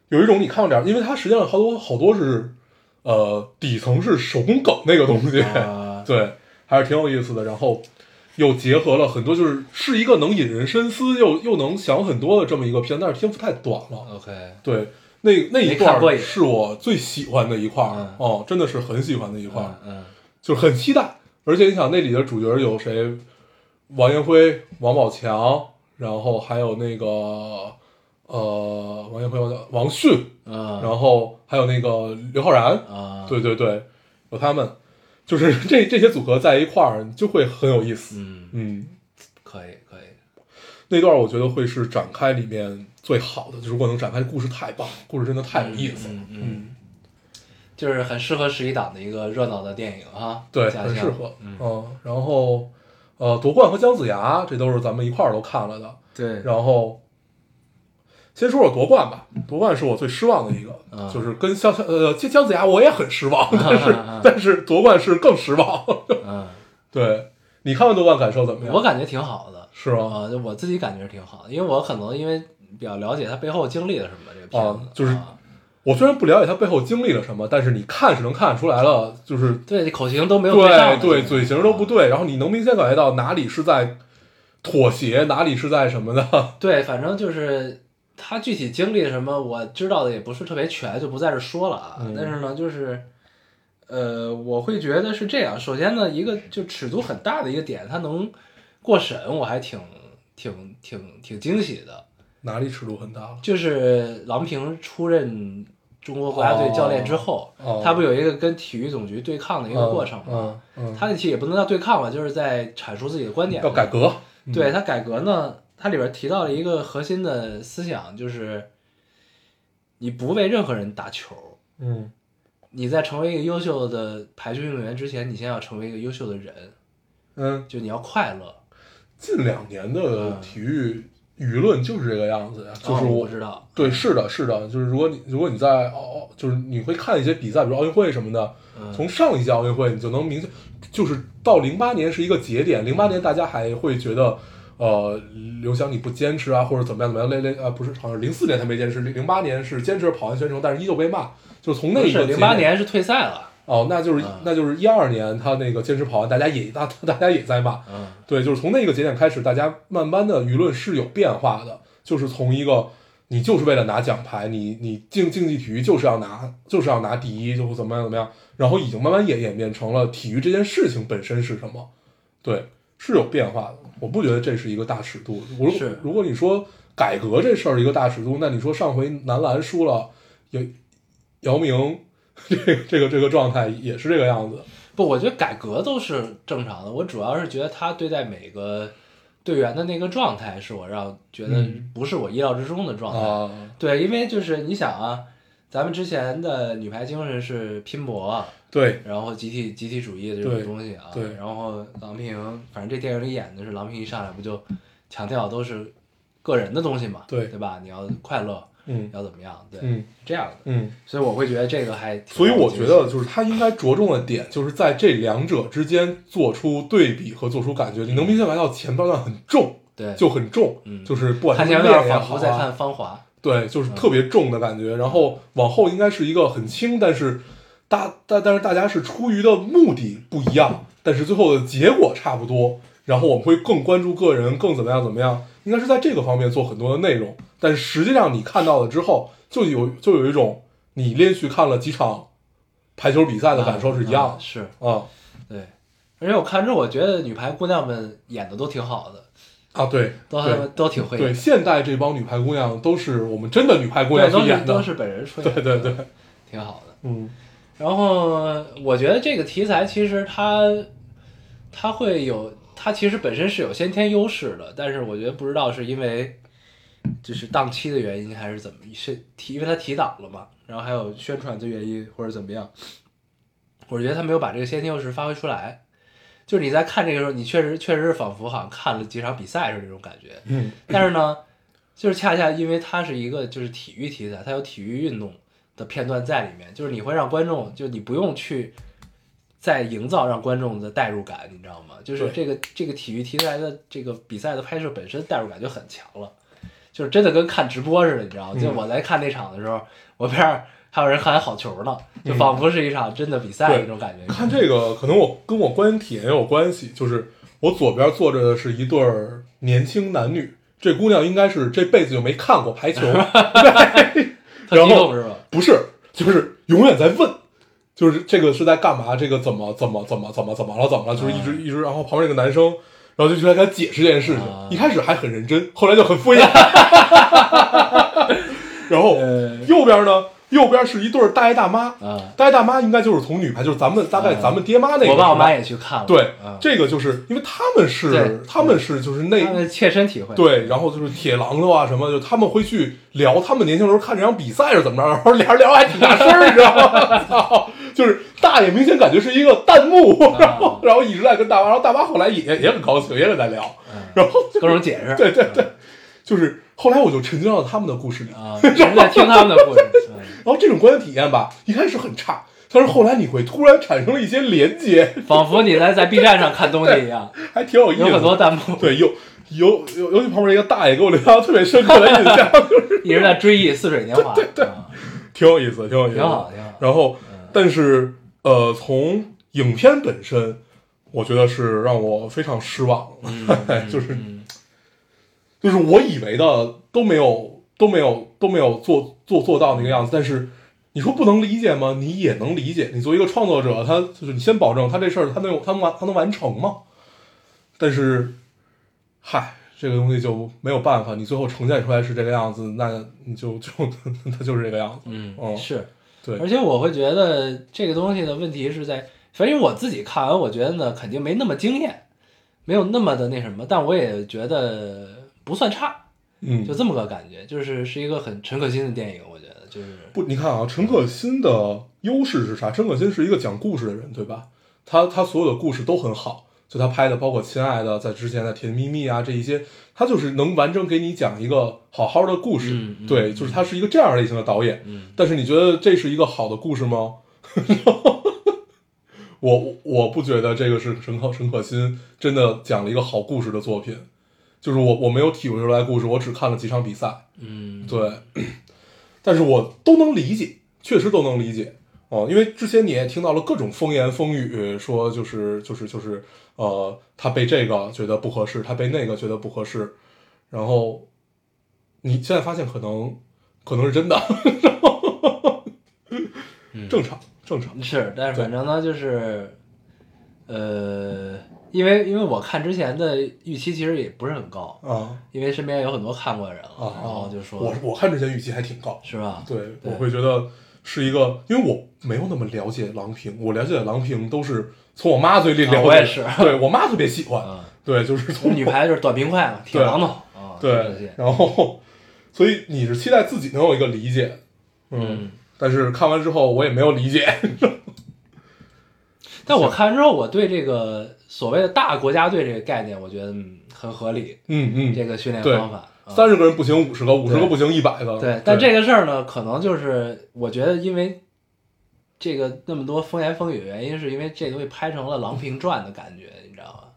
Speaker 3: 有一种你看到点儿，因为它实际上好多好多是呃底层是手工梗那个东西，
Speaker 2: 啊
Speaker 3: 对，还是挺有意思的。然后又结合了很多，就是是一个能引人深思又又能想很多的这么一个片，但是篇幅太短了。 *laughs*
Speaker 2: OK，
Speaker 3: 对，那那一
Speaker 2: 没看
Speaker 3: 段
Speaker 2: 过
Speaker 3: 儿
Speaker 2: 瘾
Speaker 3: 是我最喜欢的一块儿
Speaker 2: 嗯，
Speaker 3: 哦，真的是很喜欢的一块儿。
Speaker 2: 嗯嗯，
Speaker 3: 就是很期待。而且你想，那里的主角有谁？王彦辉、王宝强，然后还有那个呃，王彦辉、王王迅，
Speaker 2: 嗯
Speaker 3: 然后还有那个刘昊然，
Speaker 2: 啊，
Speaker 3: 对，对对，有他们，就是 *laughs* 这这些组合在一块儿就会很有意思。
Speaker 2: 嗯，
Speaker 3: 嗯，
Speaker 2: 可以可以，
Speaker 3: 那段我觉得会是展开里面最好的，就如果能展开，故事太棒，故事真的太有意思了。
Speaker 2: 嗯嗯嗯就是很适合十一档的一个热闹的电影哈，
Speaker 3: 对，
Speaker 2: 家
Speaker 3: 很
Speaker 2: 乡
Speaker 3: 适合。
Speaker 2: 嗯，
Speaker 3: 然后呃，夺冠和姜子牙这都是咱们一块儿都看了的。
Speaker 2: 对，
Speaker 3: 然后先说说夺冠吧，夺冠是我最失望的一个，
Speaker 2: 嗯
Speaker 3: 就是跟姜呃姜姜子牙我也很失望，但是、
Speaker 2: 嗯
Speaker 3: 但是夺冠是更失望。
Speaker 2: 嗯，
Speaker 3: 对你看完夺冠感受怎么样？
Speaker 2: 我感觉挺好的，
Speaker 3: 是吗？
Speaker 2: 啊，就我自己感觉是挺好的，因为我可能因为比较了解他背后经历了什么这个
Speaker 3: 啊
Speaker 2: 片子，
Speaker 3: 就是
Speaker 2: 啊
Speaker 3: 我虽然不了解他背后经历了什么，但是你看是能看出来了，就是
Speaker 2: 对口型都没有上的
Speaker 3: 对对
Speaker 2: 这个
Speaker 3: 嘴型都不
Speaker 2: 啊
Speaker 3: 对，然后你能明显感觉到哪里是在妥协，哪里是在什么的。 *laughs*
Speaker 2: 对，反正就是他具体经历什么，我知道的也不是特别全，就不在这说了啊。
Speaker 3: 嗯
Speaker 2: 但是呢，就是，呃，我会觉得是这样。首先呢，一个就尺度很大的一个点，他能过审，我还挺挺挺挺惊喜的。
Speaker 3: 哪里尺度很大了？
Speaker 2: 就是郎平出任中国国家队教练之后，
Speaker 3: 哦
Speaker 2: 他不有一个跟体育总局对抗的一个过程吗？
Speaker 3: 嗯嗯，嗯
Speaker 2: 他那期也不能叫对抗吧，就是在阐述自己的观点嘛。
Speaker 3: 要改革，嗯
Speaker 2: 对它改革呢，它里边提到了一个核心的思想，就是你不为任何人打球，
Speaker 3: 嗯
Speaker 2: 你在成为一个优秀的排球运动员之前，你先要成为一个优秀的人，
Speaker 3: 嗯。
Speaker 2: 就你要快乐。
Speaker 3: 近两年的
Speaker 2: 嗯
Speaker 3: 体育舆论就是这个样子呀，就是
Speaker 2: 哦
Speaker 3: 我、
Speaker 2: 不知道，
Speaker 3: 对，是的，是的，就是如果你如果你在哦，就是你会看一些比赛，比如奥运会什么的，
Speaker 2: 嗯
Speaker 3: 从上一届奥运会你就能明显，就是到零八年是一个节点，零八年大家还会觉得。呃，刘翔你不坚持啊，或者怎么样怎么样，类类啊，不是，好像零四年他没坚持，零零八年是坚持跑完全程，但是依旧被骂，就是从那
Speaker 2: 不
Speaker 3: 一个
Speaker 2: 是
Speaker 3: 节
Speaker 2: 零八
Speaker 3: 点
Speaker 2: 年是退赛了，
Speaker 3: 哦，那就是、
Speaker 2: 嗯
Speaker 3: 那就是一二年他那个坚持跑完，大家也大大家也在骂，
Speaker 2: 嗯
Speaker 3: 对，就是从那个节点开始，大家慢慢的舆论是有变化的，就是从一个你就是为了拿奖牌，你你竞竞技体育就是要拿，就是要拿第一，就是怎么样怎么样，然后已经慢慢演演变成了体育这件事情本身是什么，对，是有变化的。我不觉得这是一个大尺度。我如
Speaker 2: 是
Speaker 3: 如果你说改革这事儿一个大尺度，那你说上回男篮输了，姚姚明这个这个这个状态也是这个样子，
Speaker 2: 不，我觉得改革都是正常的。我主要是觉得他对待每个队员的那个状态，是我让觉得
Speaker 3: 嗯
Speaker 2: 不是我意料之中的状态。
Speaker 3: 啊，
Speaker 2: 对，因为就是你想啊，咱们之前的女排精神是拼搏，
Speaker 3: 对，
Speaker 2: 然后集体集体主义的这种
Speaker 3: 对
Speaker 2: 东西啊，
Speaker 3: 对
Speaker 2: 然后郎平，反正这电影里演的是郎平一上来不就强调都是个人的东西嘛，
Speaker 3: 对
Speaker 2: 对吧？你要快乐，
Speaker 3: 嗯
Speaker 2: 要怎么样？对，
Speaker 3: 嗯
Speaker 2: 这样的，
Speaker 3: 嗯。
Speaker 2: 所以我会觉得这个还挺
Speaker 3: 所以
Speaker 2: 让
Speaker 3: 我
Speaker 2: 惊
Speaker 3: 觉
Speaker 2: 喜
Speaker 3: 得，就是他应该着重的点，就是在这两者之间做出对比和做出感觉。你能明显感觉到前半段很重，
Speaker 2: 对，
Speaker 3: 就很重，
Speaker 2: 嗯
Speaker 3: 就是不管
Speaker 2: 看
Speaker 3: 是
Speaker 2: 前
Speaker 3: 练
Speaker 2: 面
Speaker 3: 也
Speaker 2: 仿
Speaker 3: 好
Speaker 2: 佛在看
Speaker 3: 啊，
Speaker 2: 《芳华
Speaker 3: 对，就是特别重的感觉。然后往后应该是一个很轻，但是大但但是大家是出于的目的不一样，但是最后的结果差不多。然后我们会更关注个人，更怎么样怎么样，应该是在这个方面做很多的内容。但实际上你看到了之后，就有就有一种你连续看了几场排球比赛》的感受是一样
Speaker 2: 嗯是
Speaker 3: 的啊
Speaker 2: 对。而且我看着，我觉得女排姑娘们演的都挺好的，
Speaker 3: 啊对
Speaker 2: 都还
Speaker 3: 对
Speaker 2: 都挺会演
Speaker 3: 对，现代这帮女排姑娘都是我们真的女排姑娘
Speaker 2: 对，
Speaker 3: 去
Speaker 2: 都
Speaker 3: 演
Speaker 2: 是
Speaker 3: 的
Speaker 2: 都，是本人出演
Speaker 3: 对
Speaker 2: 的，
Speaker 3: 对对，
Speaker 2: 挺好的。
Speaker 3: 嗯
Speaker 2: 然后我觉得这个题材其实它它会有，它其实本身是有先天优势的，但是我觉得不知道是因为就是档期的原因还是怎么是提，因为它提档了嘛，然后还有宣传的原因或者怎么样，我觉得他没有把这个先天优势发挥出来。就是你在看这个时候，你确实确实是仿佛好像看了几场比赛似的那种感觉，
Speaker 3: 嗯
Speaker 2: 但是呢，就是恰恰因为它是一个就是体育题材，它有体育运动的片段在里面，就是你会让观众，就你不用去再营造让观众的代入感，你知道吗？就是这
Speaker 3: 对
Speaker 2: 个这个体育题材的这个比赛的拍摄本身代入感就很强了，就是真的跟看直播似的，你知道吗？就
Speaker 3: 嗯
Speaker 2: 我在看那场的时候，我边儿还有人喊好球呢，就
Speaker 3: 嗯
Speaker 2: 仿佛是一场真的比赛
Speaker 3: 对
Speaker 2: 那种感觉。
Speaker 3: 看这个，可能我跟我观影体验也有关系，就是我左边坐着的是一对儿年轻男女，这姑娘应该是这辈子就没看
Speaker 2: *laughs*
Speaker 3: 过排球，
Speaker 2: 特
Speaker 3: 然
Speaker 2: 激
Speaker 3: 后
Speaker 2: 动是吧？
Speaker 3: 不是，就是永远在问，就是这个是在干嘛，这个怎么怎么怎么怎么怎么了怎么了，就是一直一直，然后旁边那个男生，然后就去给他解释这件事情，
Speaker 2: 啊
Speaker 3: 一开始还很认真，后来就很敷衍， *laughs* 然后
Speaker 2: 呃
Speaker 3: 右边呢，右边是一对儿大爷大妈，
Speaker 2: 啊，
Speaker 3: 大爷大妈应该就是从女排，就是咱们大概
Speaker 2: 啊
Speaker 3: 咱们爹妈那个时候，
Speaker 2: 我爸我妈也去看了，
Speaker 3: 对
Speaker 2: 啊，
Speaker 3: 这个就是因为他们
Speaker 2: 对
Speaker 3: 是他们是就是那
Speaker 2: 他们切身体会，
Speaker 3: 对，然后就是铁榔头啊什么，就他们会去聊他们年轻时候看这场比赛是怎么着，然
Speaker 2: *laughs*
Speaker 3: 后俩人聊得还挺大声儿，你知道吗？操，就是大爷明显感觉是一个弹幕，
Speaker 2: 啊
Speaker 3: 然后然后一直在跟大妈，然后大妈后来也也很高兴，也跟咱聊，然后就
Speaker 2: 嗯各种解释，
Speaker 3: 对对对，就是后来我就沉浸到了他们的故事里，
Speaker 2: 啊，人在听他们的故事，嗯
Speaker 3: 然后这种观影体验吧，一开始很差，但是后来你会突然产生了一些连接，
Speaker 2: 仿佛你在在 B 站上看东西一样，
Speaker 3: 还挺有意思的，
Speaker 2: 有很多弹幕，
Speaker 3: 对，尤尤尤尤其旁边一个大爷给我留下特别深刻的印象，就是
Speaker 2: 一直在追忆《似水年华》，对对，
Speaker 3: 挺有意思，挺有意思，
Speaker 2: 挺好挺好
Speaker 3: 然后，但是呃，从影片本身，我觉得是让我非常失望， *laughs* 哎就是
Speaker 2: 嗯
Speaker 3: 就是我以为的都没有都没有都没有做做做到那个样子，但是。你说不能理解吗？你也能理解。你作为一个创作者，他就是你先保证他这事儿他能有他能完他能完成吗？但是，嗨，这个东西就没有办法，你最后呈现出来是这个样子，那你就 *laughs* 就它就是这个样子。
Speaker 2: 嗯
Speaker 3: 嗯
Speaker 2: 是，
Speaker 3: 对
Speaker 2: 而且我会觉得这个东西的问题是在，反正我自己看完，我觉得呢肯定没那么惊艳，没有那么的那什么，但我也觉得不算差，
Speaker 3: 嗯
Speaker 2: 就，这么个感觉，就是是一个很陈可辛的电影，我觉得就是
Speaker 3: 不，你看啊，陈可辛的优势是啥？陈可辛是一个讲故事的人，对吧？他他所有的故事都很好，就他拍的，包括《亲爱的》在之前的《甜蜜蜜》啊这一些，他就是能完整给你讲一个好好的故事。
Speaker 2: 嗯嗯
Speaker 3: 对，就是他是一个这样类型的导演。
Speaker 2: 嗯
Speaker 3: 但是你觉得这是一个好的故事吗？ *laughs* 我我我不觉得这个是陈可陈可辛真的讲了一个好故事的作品，就是我我没有体会出来故事，我只看了几场比赛。
Speaker 2: 嗯
Speaker 3: 对， *clears throat* 但是我都能理解，确实都能理解哦、因为之前你也听到了各种风言风语，说就是就是就是呃，他被这个觉得不合适，他被那个觉得不合适，然后你现在发现可能可能是真的，
Speaker 2: 嗯
Speaker 3: *laughs* 正常正常，
Speaker 2: 是，但是
Speaker 3: 对
Speaker 2: 反正呢就是，呃，因为因为我看之前的预期其实也不是很高，
Speaker 3: 啊
Speaker 2: 因为身边有很多看过的人了，
Speaker 3: 啊啊
Speaker 2: 然后哦就说
Speaker 3: 我我看之前预期还挺高，
Speaker 2: 是吧？
Speaker 3: 对，
Speaker 2: 对
Speaker 3: 我会觉得是一个，因为我没有那么了解郎平，我了解郎平都是从我妈嘴里了解的、
Speaker 2: 啊我也是
Speaker 3: 对我妈特别喜欢，
Speaker 2: 啊，
Speaker 3: 对，就是从
Speaker 2: 女排就是短平快嘛，铁
Speaker 3: 对
Speaker 2: 榔头啊，就这
Speaker 3: 对
Speaker 2: 些，
Speaker 3: 然后，所以你是期待自己能有一个理解，
Speaker 2: 嗯。
Speaker 3: 但是看完之后我也没有理解，
Speaker 2: *laughs* 但我看完之后，我对这个所谓的大国家队这个概念，我觉得嗯很合理，
Speaker 3: 嗯
Speaker 2: 这
Speaker 3: 嗯，
Speaker 2: 个训练
Speaker 3: 对
Speaker 2: 方法。啊
Speaker 3: 三十个人不行，五十个，五十
Speaker 2: 对
Speaker 3: 个不行，一百个，
Speaker 2: 对，但这个事儿呢，可能就是我觉得，因为这个那么多风言风语，原因是因为这东西拍成了《郎平传》的感觉，你知道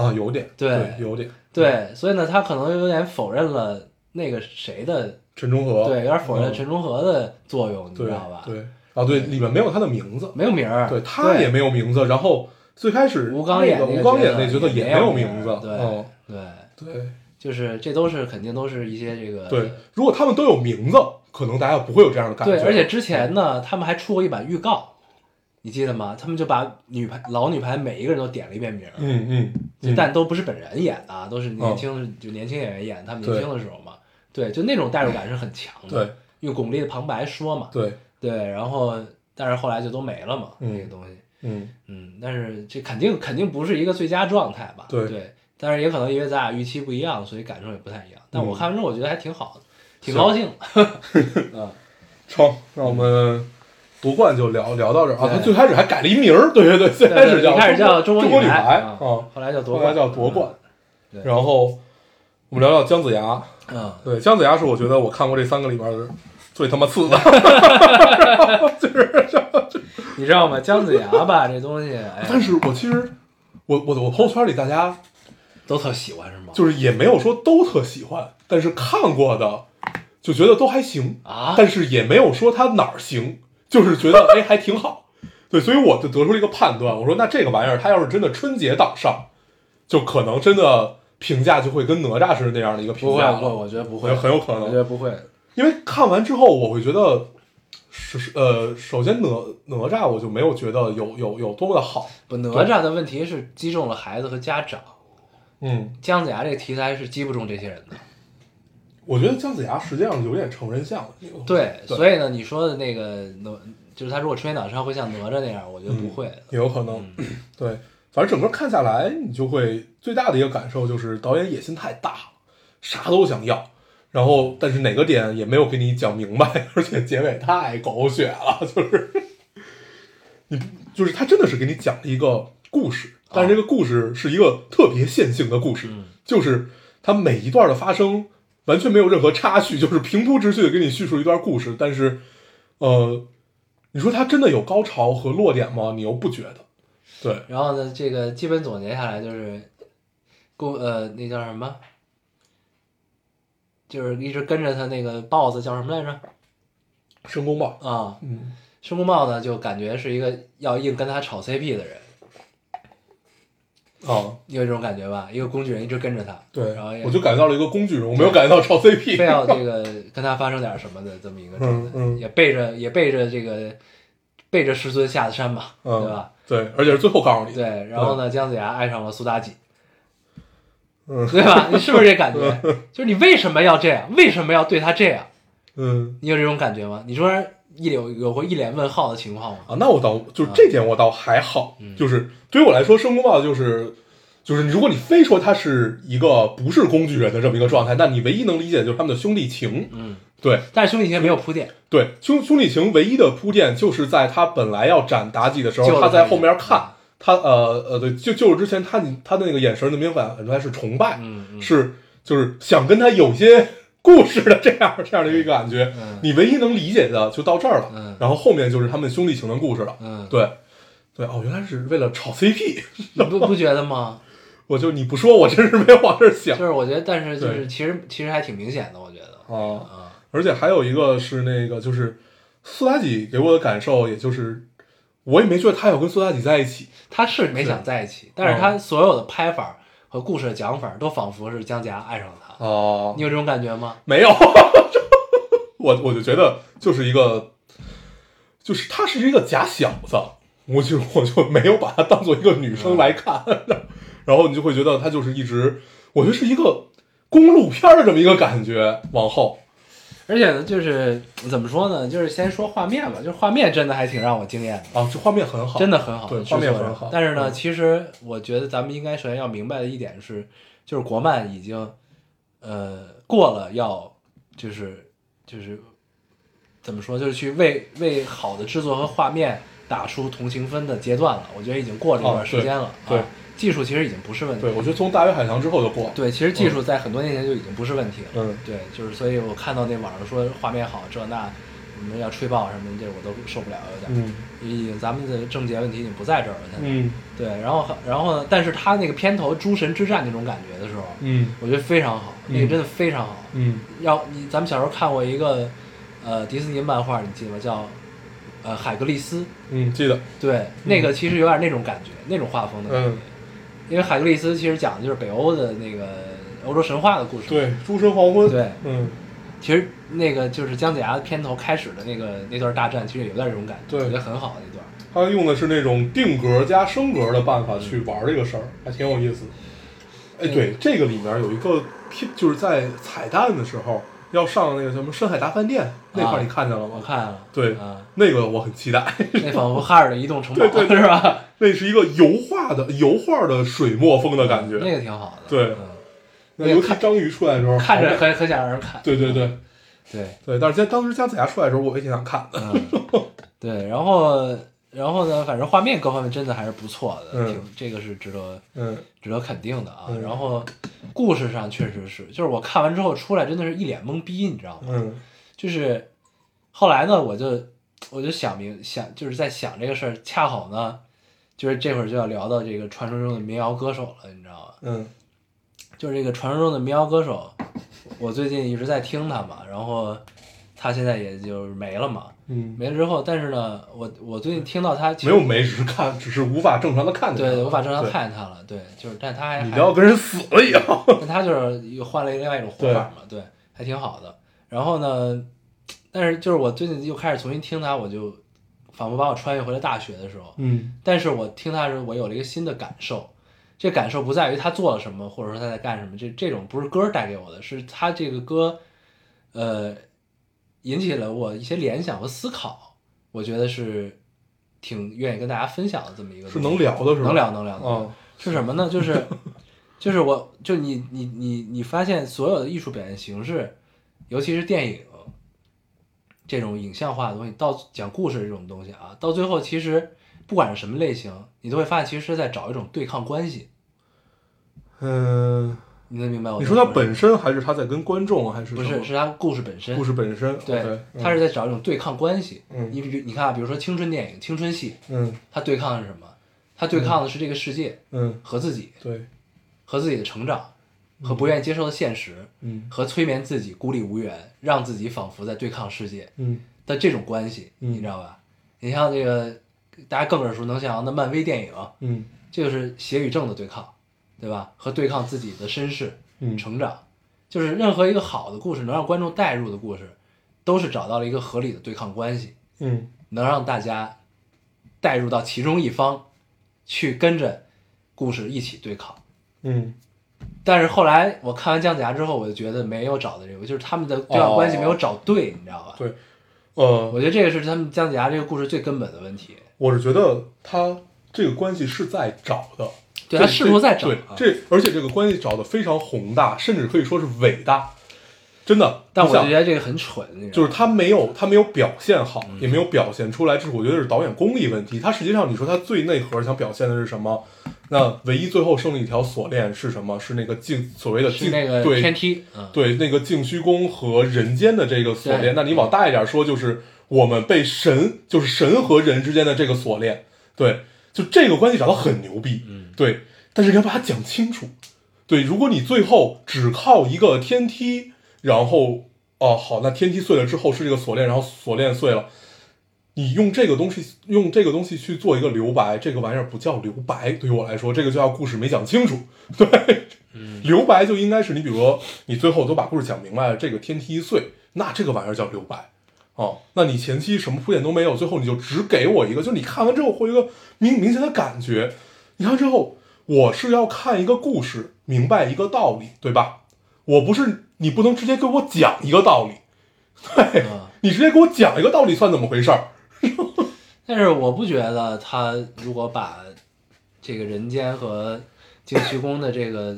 Speaker 2: 吗？
Speaker 3: 啊有点，
Speaker 2: 对
Speaker 3: 对，有点，嗯
Speaker 2: 对，所以呢，他可能有点否认了那个谁的，
Speaker 3: 陈忠和，
Speaker 2: 对，有点否认了
Speaker 3: 嗯
Speaker 2: 陈忠和的作用，你知
Speaker 3: 对
Speaker 2: 道吧？，
Speaker 3: 对，啊对，里面没有他的名字，
Speaker 2: 没有名儿，
Speaker 3: 哎对他也没有名字，然后最开始
Speaker 2: 吴刚演
Speaker 3: 那
Speaker 2: 那
Speaker 3: 个
Speaker 2: 个
Speaker 3: 吴刚
Speaker 2: 角
Speaker 3: 演
Speaker 2: 色
Speaker 3: 那角色
Speaker 2: 也没
Speaker 3: 没
Speaker 2: 有
Speaker 3: 有
Speaker 2: 名
Speaker 3: 名字
Speaker 2: 儿，对
Speaker 3: 嗯，
Speaker 2: 对，
Speaker 3: 对
Speaker 2: 就是这都是肯定都是一些这个
Speaker 3: 对，如果他们都有名字，可能大家不会有这样的感觉，
Speaker 2: 对，而且之前呢，他们还出过一版预告，你记得吗？他们就把女排老女排每一个人都点了一遍名儿，
Speaker 3: 嗯嗯
Speaker 2: 就
Speaker 3: 嗯，哦
Speaker 2: 但都不是本人演的啊，都是年轻、就年轻演员演他们年
Speaker 3: 对
Speaker 2: 轻的时候嘛。对，就那种代入感是很强的。
Speaker 3: 对，
Speaker 2: 用巩俐的旁白说嘛。
Speaker 3: 对，
Speaker 2: 对，然后但是后来就都没了嘛，
Speaker 3: 嗯
Speaker 2: 那个东西。
Speaker 3: 嗯。
Speaker 2: 嗯，但是这肯定肯定不是一个最佳状态吧？
Speaker 3: 对
Speaker 2: 但是也可能因为咱俩预期不一样，所以感受也不太一样。但我
Speaker 3: 嗯
Speaker 2: 看完之后，我觉得还挺好的，挺高兴的。
Speaker 3: *laughs*
Speaker 2: 嗯
Speaker 3: 成，那我们夺冠就聊聊到这儿啊。
Speaker 2: 对
Speaker 3: 他最开始还改了一名儿，对对对，最开始
Speaker 2: 对
Speaker 3: 叫
Speaker 2: 一开始叫
Speaker 3: 中
Speaker 2: 国
Speaker 3: 国女
Speaker 2: 排
Speaker 3: 排
Speaker 2: 啊
Speaker 3: 啊，，
Speaker 2: 后来叫夺
Speaker 3: 后
Speaker 2: 冠，
Speaker 3: 来叫夺冠。
Speaker 2: 嗯对
Speaker 3: 然后我们聊聊姜子牙，
Speaker 2: 嗯，
Speaker 3: 对，姜子牙是我觉得我看过这三个里边儿最他妈次的，
Speaker 2: 你知道吗？姜子牙吧，这东西，哎呀，
Speaker 3: *laughs* 但是我其实我我我朋友圈里大家
Speaker 2: 都特喜欢是吗？
Speaker 3: 就是也没有说都特喜欢，但是看过的就觉得都还行
Speaker 2: 啊
Speaker 3: 但是也没有说他哪儿行，就是觉得哎还挺好。对，所以我就得出了一个判断，我说那这个玩意儿，它要是真的春节档上，就可能真的评价就会跟哪吒是那样的一个评
Speaker 2: 不会
Speaker 3: 价，
Speaker 2: 不会，我觉得不
Speaker 3: 我觉
Speaker 2: 会，
Speaker 3: 得很有可
Speaker 2: 我觉
Speaker 3: 能。
Speaker 2: 得不会。
Speaker 3: 因为看完之后，我会觉得是是呃，首先哪哪吒我就没有觉得有有有多么的好，
Speaker 2: 不，哪吒的问题是击中了孩子和家长，
Speaker 3: 嗯，
Speaker 2: 姜子牙这个题材是击不中这些人的。
Speaker 3: 我觉得姜子牙实际上有点成人像了，
Speaker 2: 对，
Speaker 3: 对
Speaker 2: 所以呢，你说的那个哪，就是他如果吹哪吒会像哪吒那样，我觉
Speaker 3: 嗯
Speaker 2: 得不会的。嗯
Speaker 3: 也有可能， *clears throat* 对，反正整个看下来，你就会最大的一个感受就是导演野心太大了，啥都想要，然后但是哪个点也没有给你讲明白， *laughs* 而且结尾太狗血了，就是你就是他真的是给你讲了一个故事，但是这个故事是一个特别线性的故
Speaker 2: 嗯
Speaker 3: 事，就是它每一段的发生完全没有任何插叙，就是平铺直叙的给你叙述一段故事，但是呃。你说它真的有高潮和落点吗？你又不觉得，对，
Speaker 2: 然后呢，这个基本总结下来就是，故呃那叫什么，就是一直跟着他那个 BOSS 叫什么来着？
Speaker 3: 申公豹，
Speaker 2: 啊，
Speaker 3: 嗯，
Speaker 2: 申公豹呢就感觉是一个要硬跟他炒 CP 的人，
Speaker 3: 啊，
Speaker 2: 你有这种感觉吧？一个工具人一直跟着他，
Speaker 3: 对
Speaker 2: 然后也，
Speaker 3: 我就感觉到了一个工具人，我没有感觉到超
Speaker 2: *laughs*
Speaker 3: CP，
Speaker 2: 非要这个跟他发生点什么的这么一个状态，
Speaker 3: 嗯嗯
Speaker 2: 也背着也背着这个背着师尊下的山嘛，
Speaker 3: 嗯
Speaker 2: 对吧？
Speaker 3: 对，而且是最后告诉你的，
Speaker 2: 对，然后呢，姜子牙爱上了苏妲己，
Speaker 3: 嗯
Speaker 2: 对吧？你是不是这
Speaker 3: *laughs*
Speaker 2: 感觉？就是你为什么要这样？为什么要对他这样？
Speaker 3: 嗯
Speaker 2: 你有这种感觉吗？你说一有有过一脸问号的情况吗？
Speaker 3: 啊，那我倒就是这点我倒还好，
Speaker 2: 嗯
Speaker 3: 就是对于我来说，申公豹就是就是如果你非说他是一个不是工具人的这么一个状态，那你唯一能理解的就是他们的兄弟情，
Speaker 2: 嗯，
Speaker 3: 对
Speaker 2: 但是兄弟情没有铺垫，
Speaker 3: 对，兄兄弟情唯一的铺垫就是在他本来要斩妲己的时
Speaker 2: 救了
Speaker 3: 候，他
Speaker 2: 他
Speaker 3: 在
Speaker 2: 一
Speaker 3: 后面
Speaker 2: 眼
Speaker 3: 看。他呃呃对，就就是之前他他的那个眼神能明显反出来是崇拜，
Speaker 2: 嗯嗯，
Speaker 3: 是就是想跟他有些故事的这样这样的一个感觉
Speaker 2: 嗯。
Speaker 3: 你唯一能理解的就到这儿了，
Speaker 2: 嗯
Speaker 3: 然后后面就是他们兄弟情的故事了。
Speaker 2: 嗯，
Speaker 3: 对，对哦，原来是为了炒 CP，
Speaker 2: 你不不觉得吗？
Speaker 3: 我就你不说，我真是没有往这儿想
Speaker 2: 就是我觉得，但是就是
Speaker 3: 对
Speaker 2: 其实其实还挺明显的，我觉得
Speaker 3: 啊。
Speaker 2: 啊，
Speaker 3: 而且还有一个是那个就是苏妲己给我的感受，也就是我也没觉得她要跟苏妲己在一起。
Speaker 2: 他是没想在一起，但是
Speaker 3: 嗯
Speaker 2: 他所有的拍法和故事的讲法都仿佛是姜家爱上了他，
Speaker 3: 哦
Speaker 2: 你有这种感觉吗？
Speaker 3: 没有， *laughs* 我我就觉得就是一个，就是他是一个假小子，我就 *laughs* 我就没有把他当做一个女生来看， *laughs* 然后你就会觉得他就是一直，我觉得是一个公路片儿的这么一个感觉。往后，
Speaker 2: 而且呢，就是怎么说呢，就是先说画面吧，就是画面真的还挺让我惊艳的。
Speaker 3: 啊，这画面很好，
Speaker 2: 真的很好，
Speaker 3: 对，
Speaker 2: 制
Speaker 3: 画面
Speaker 2: 作
Speaker 3: 很
Speaker 2: 上
Speaker 3: 好。
Speaker 2: 但是呢，其实我觉得咱们应该首先要明白的一点是，就是国漫已经，呃，过了要就是就是怎么说，就是去为为好的制作和画面打出同情分的阶段了。我觉得已经过了这
Speaker 3: 啊
Speaker 2: 段时
Speaker 3: 对
Speaker 2: 间了。
Speaker 3: 对
Speaker 2: 啊技术其实已经不是问
Speaker 3: 嗯，
Speaker 2: 题。
Speaker 3: 对我觉得从《大鱼海棠》之后就过了。
Speaker 2: 对，其实技术在很多年前就已经不是问题了。
Speaker 3: 嗯
Speaker 2: 对，就是所以我看到那网上说画面好这那，什么要吹爆什么的，这我都受不了有点。
Speaker 3: 嗯
Speaker 2: 已经咱们的症结问题已经不在这儿了。现在
Speaker 3: 嗯
Speaker 2: 对，然后然后呢？但是他那个片头诸神之战那种感觉的时候，
Speaker 3: 嗯
Speaker 2: 我觉得非常好，那个真的非常好。
Speaker 3: 嗯
Speaker 2: 要你咱们小时候看过一个呃迪士尼漫画，你记得吗？叫呃海格力斯，
Speaker 3: 嗯，记得，
Speaker 2: 对，那个其实有点那种感觉，那种画风的感觉。
Speaker 3: 嗯
Speaker 2: 因为海格力斯其实讲的就是北欧的那个欧洲神话的故事。，
Speaker 3: 对，《诸神黄昏》，
Speaker 2: 对
Speaker 3: 嗯，
Speaker 2: 其实那个就是姜子牙片头开始的那个那段大战，其实有点这种感觉，
Speaker 3: 对
Speaker 2: 我觉得很好那段。
Speaker 3: 他用的是那种定格加升格的办法去玩这个事儿，还挺有意思的。哎，
Speaker 2: 嗯
Speaker 3: 对，这个里面有一个片，就是在彩蛋的时候要上那个什么深海大饭店那块，
Speaker 2: 啊
Speaker 3: 你看见了
Speaker 2: 我
Speaker 3: 吗？
Speaker 2: 看了，
Speaker 3: 对
Speaker 2: 啊，
Speaker 3: 那个我很期待， *laughs*
Speaker 2: 那仿佛哈尔的移动城堡
Speaker 3: 对对对
Speaker 2: 是吧？
Speaker 3: 那是一个油画的油画的水墨风的感
Speaker 2: 那
Speaker 3: 觉。
Speaker 2: 个挺好的。
Speaker 3: 对
Speaker 2: 嗯、
Speaker 3: 那尤其章鱼出来的时候，
Speaker 2: 看着
Speaker 3: 好美
Speaker 2: 很很想让人看。
Speaker 3: 对对对
Speaker 2: 对，
Speaker 3: 对，但是在当时姜子牙出来的时候，我也挺想看的。
Speaker 2: 嗯，对，然后然后呢，反正画面各方面真的还是不错的，
Speaker 3: 嗯
Speaker 2: 挺这个是值得
Speaker 3: 嗯
Speaker 2: 值得肯定的啊。
Speaker 3: 嗯
Speaker 2: 然后故事上确实是，就是我看完之后出来真的是一脸懵逼，你知道吗？
Speaker 3: 嗯
Speaker 2: 就是后来呢，我就我就想明想就是在想这个事儿，恰好呢。就是这会儿就要聊到这个传说中的民谣歌手了，你知道吗？
Speaker 3: 嗯
Speaker 2: 就是这个传说中的民谣歌手，我最近一直在听他嘛，然后他现在也就是没了嘛，
Speaker 3: 嗯，
Speaker 2: 没了之后，但是呢，我我最近听到他其
Speaker 3: 没
Speaker 2: 实
Speaker 3: 有没，只是看，只是无法正常的看见它。
Speaker 2: 对，无法正常
Speaker 3: 对。
Speaker 2: 看见他了，对，就是，但他还
Speaker 3: 你
Speaker 2: 还
Speaker 3: 不要跟人死了一样。
Speaker 2: 但他就是又换了另外一种活法嘛，对，还挺好的。然后呢，但是就是我最近又开始重新听他，我就仿佛把我穿越回了大学的时候。
Speaker 3: *laughs* 嗯
Speaker 2: 但是我听他的时候，我有了一个新的感受，这感受不在于他做了什么，或者说他在干什么，这这种不是歌带给我的，是他这个歌，呃，引起了我一些联想和思考，我觉得是挺愿意跟大家分享的这么一个东西，
Speaker 3: 是能聊的是吧
Speaker 2: 能聊能聊能聊
Speaker 3: 啊，
Speaker 2: 是什么呢？就是
Speaker 3: *laughs*
Speaker 2: 就是我就你你你你发现所有的艺术表现形式，尤其是电影这种影像化的东西，到讲故事这种东西啊，到最后其实不管是什么类型，你都会发现其实是在找一种对抗关系。
Speaker 3: 嗯，
Speaker 2: 你能明白我
Speaker 3: 你
Speaker 2: 在
Speaker 3: 说
Speaker 2: 说
Speaker 3: 他
Speaker 2: 什么
Speaker 3: 本身还是他在跟观众还是
Speaker 2: 不
Speaker 3: 什
Speaker 2: 是
Speaker 3: 么
Speaker 2: 是他故事本身，
Speaker 3: 故事本身？
Speaker 2: 对
Speaker 3: OK，，
Speaker 2: 他是在找一种对抗关系。
Speaker 3: 嗯
Speaker 2: 你比你看啊，比如说青春电影、青春戏，
Speaker 3: 嗯
Speaker 2: 它对抗的是什么？它对抗的是这个世界
Speaker 3: 嗯
Speaker 2: 和自己，
Speaker 3: 对
Speaker 2: 和自己的成长，和不愿意接受的现实。
Speaker 3: 嗯
Speaker 2: 和催眠自己孤立无援，让自己仿佛在对抗世界
Speaker 3: 嗯
Speaker 2: 的这种关系，
Speaker 3: 嗯
Speaker 2: 你知道吧？你像这个大家更耳熟能详的漫威电影，
Speaker 3: 嗯
Speaker 2: 这就是邪与正的对抗，对吧？和对抗自己的身世、
Speaker 3: 嗯
Speaker 2: 成长，就是任何一个好的故事，能让观众代入的故事，都是找到了一个合理的对抗关系，
Speaker 3: 嗯
Speaker 2: 能让大家代入到其中一方，去跟着故事一起对抗。
Speaker 3: 嗯，
Speaker 2: 但是后来我看完《姜子牙》之后，我就觉得没有找的这个，就是他们的对抗关系没有找对，你知道吧？
Speaker 3: 对，呃，
Speaker 2: 我觉得这个是他们《姜子牙》这个故事最根本的问题。
Speaker 3: 我是觉得他这个关系是在找的，
Speaker 2: 对
Speaker 3: 这
Speaker 2: 他试图在找
Speaker 3: 对
Speaker 2: 啊
Speaker 3: 这，而且这个关系找的非常宏大，甚至可以说是伟大，真的。
Speaker 2: 但
Speaker 3: 你
Speaker 2: 我就
Speaker 3: 想
Speaker 2: 觉得这个很蠢，你知道
Speaker 3: 就是
Speaker 2: 吗
Speaker 3: 他没有他没有表现好，也没有表现出来，这是我觉得是导演功力问题。他实际上你说他最内核想表现的是什么？那唯一最后剩了一条锁链是什么？是那个净所谓的
Speaker 2: 是
Speaker 3: 净
Speaker 2: 那个
Speaker 3: 对
Speaker 2: 天梯，嗯，
Speaker 3: 对那个净虚宫和人间的这个锁
Speaker 2: 对
Speaker 3: 链。那你往大一点说，就是我们被神，就是神和人之间的这个锁链。对，就这个关系找到很牛逼。嗯，对，但是你要把它讲清楚。对，如果你最后只靠一个天梯，然后哦好，那天梯碎了之后是这个锁链，然后锁链碎了。你用这个东西，用这个东西去做一个留白，这个玩意儿不叫留白。对于我来说，这个就叫故事没讲清楚。对，留白就应该是你，比如说你最后都把故事讲明白了，这个天梯一碎，那这个玩意儿叫留白。哦，那你前期什么铺垫都没有，最后你就只给我一个，就你看完之后会有一个明明显的感觉。你看之后，我是要看一个故事，明白一个道理，对吧？我不是你不能直接给我讲一个道理，对
Speaker 2: 嗯
Speaker 3: 你直接给我讲一个道理算怎么回事儿？
Speaker 2: 但是我不觉得他如果把这个人间和净虚宫的这个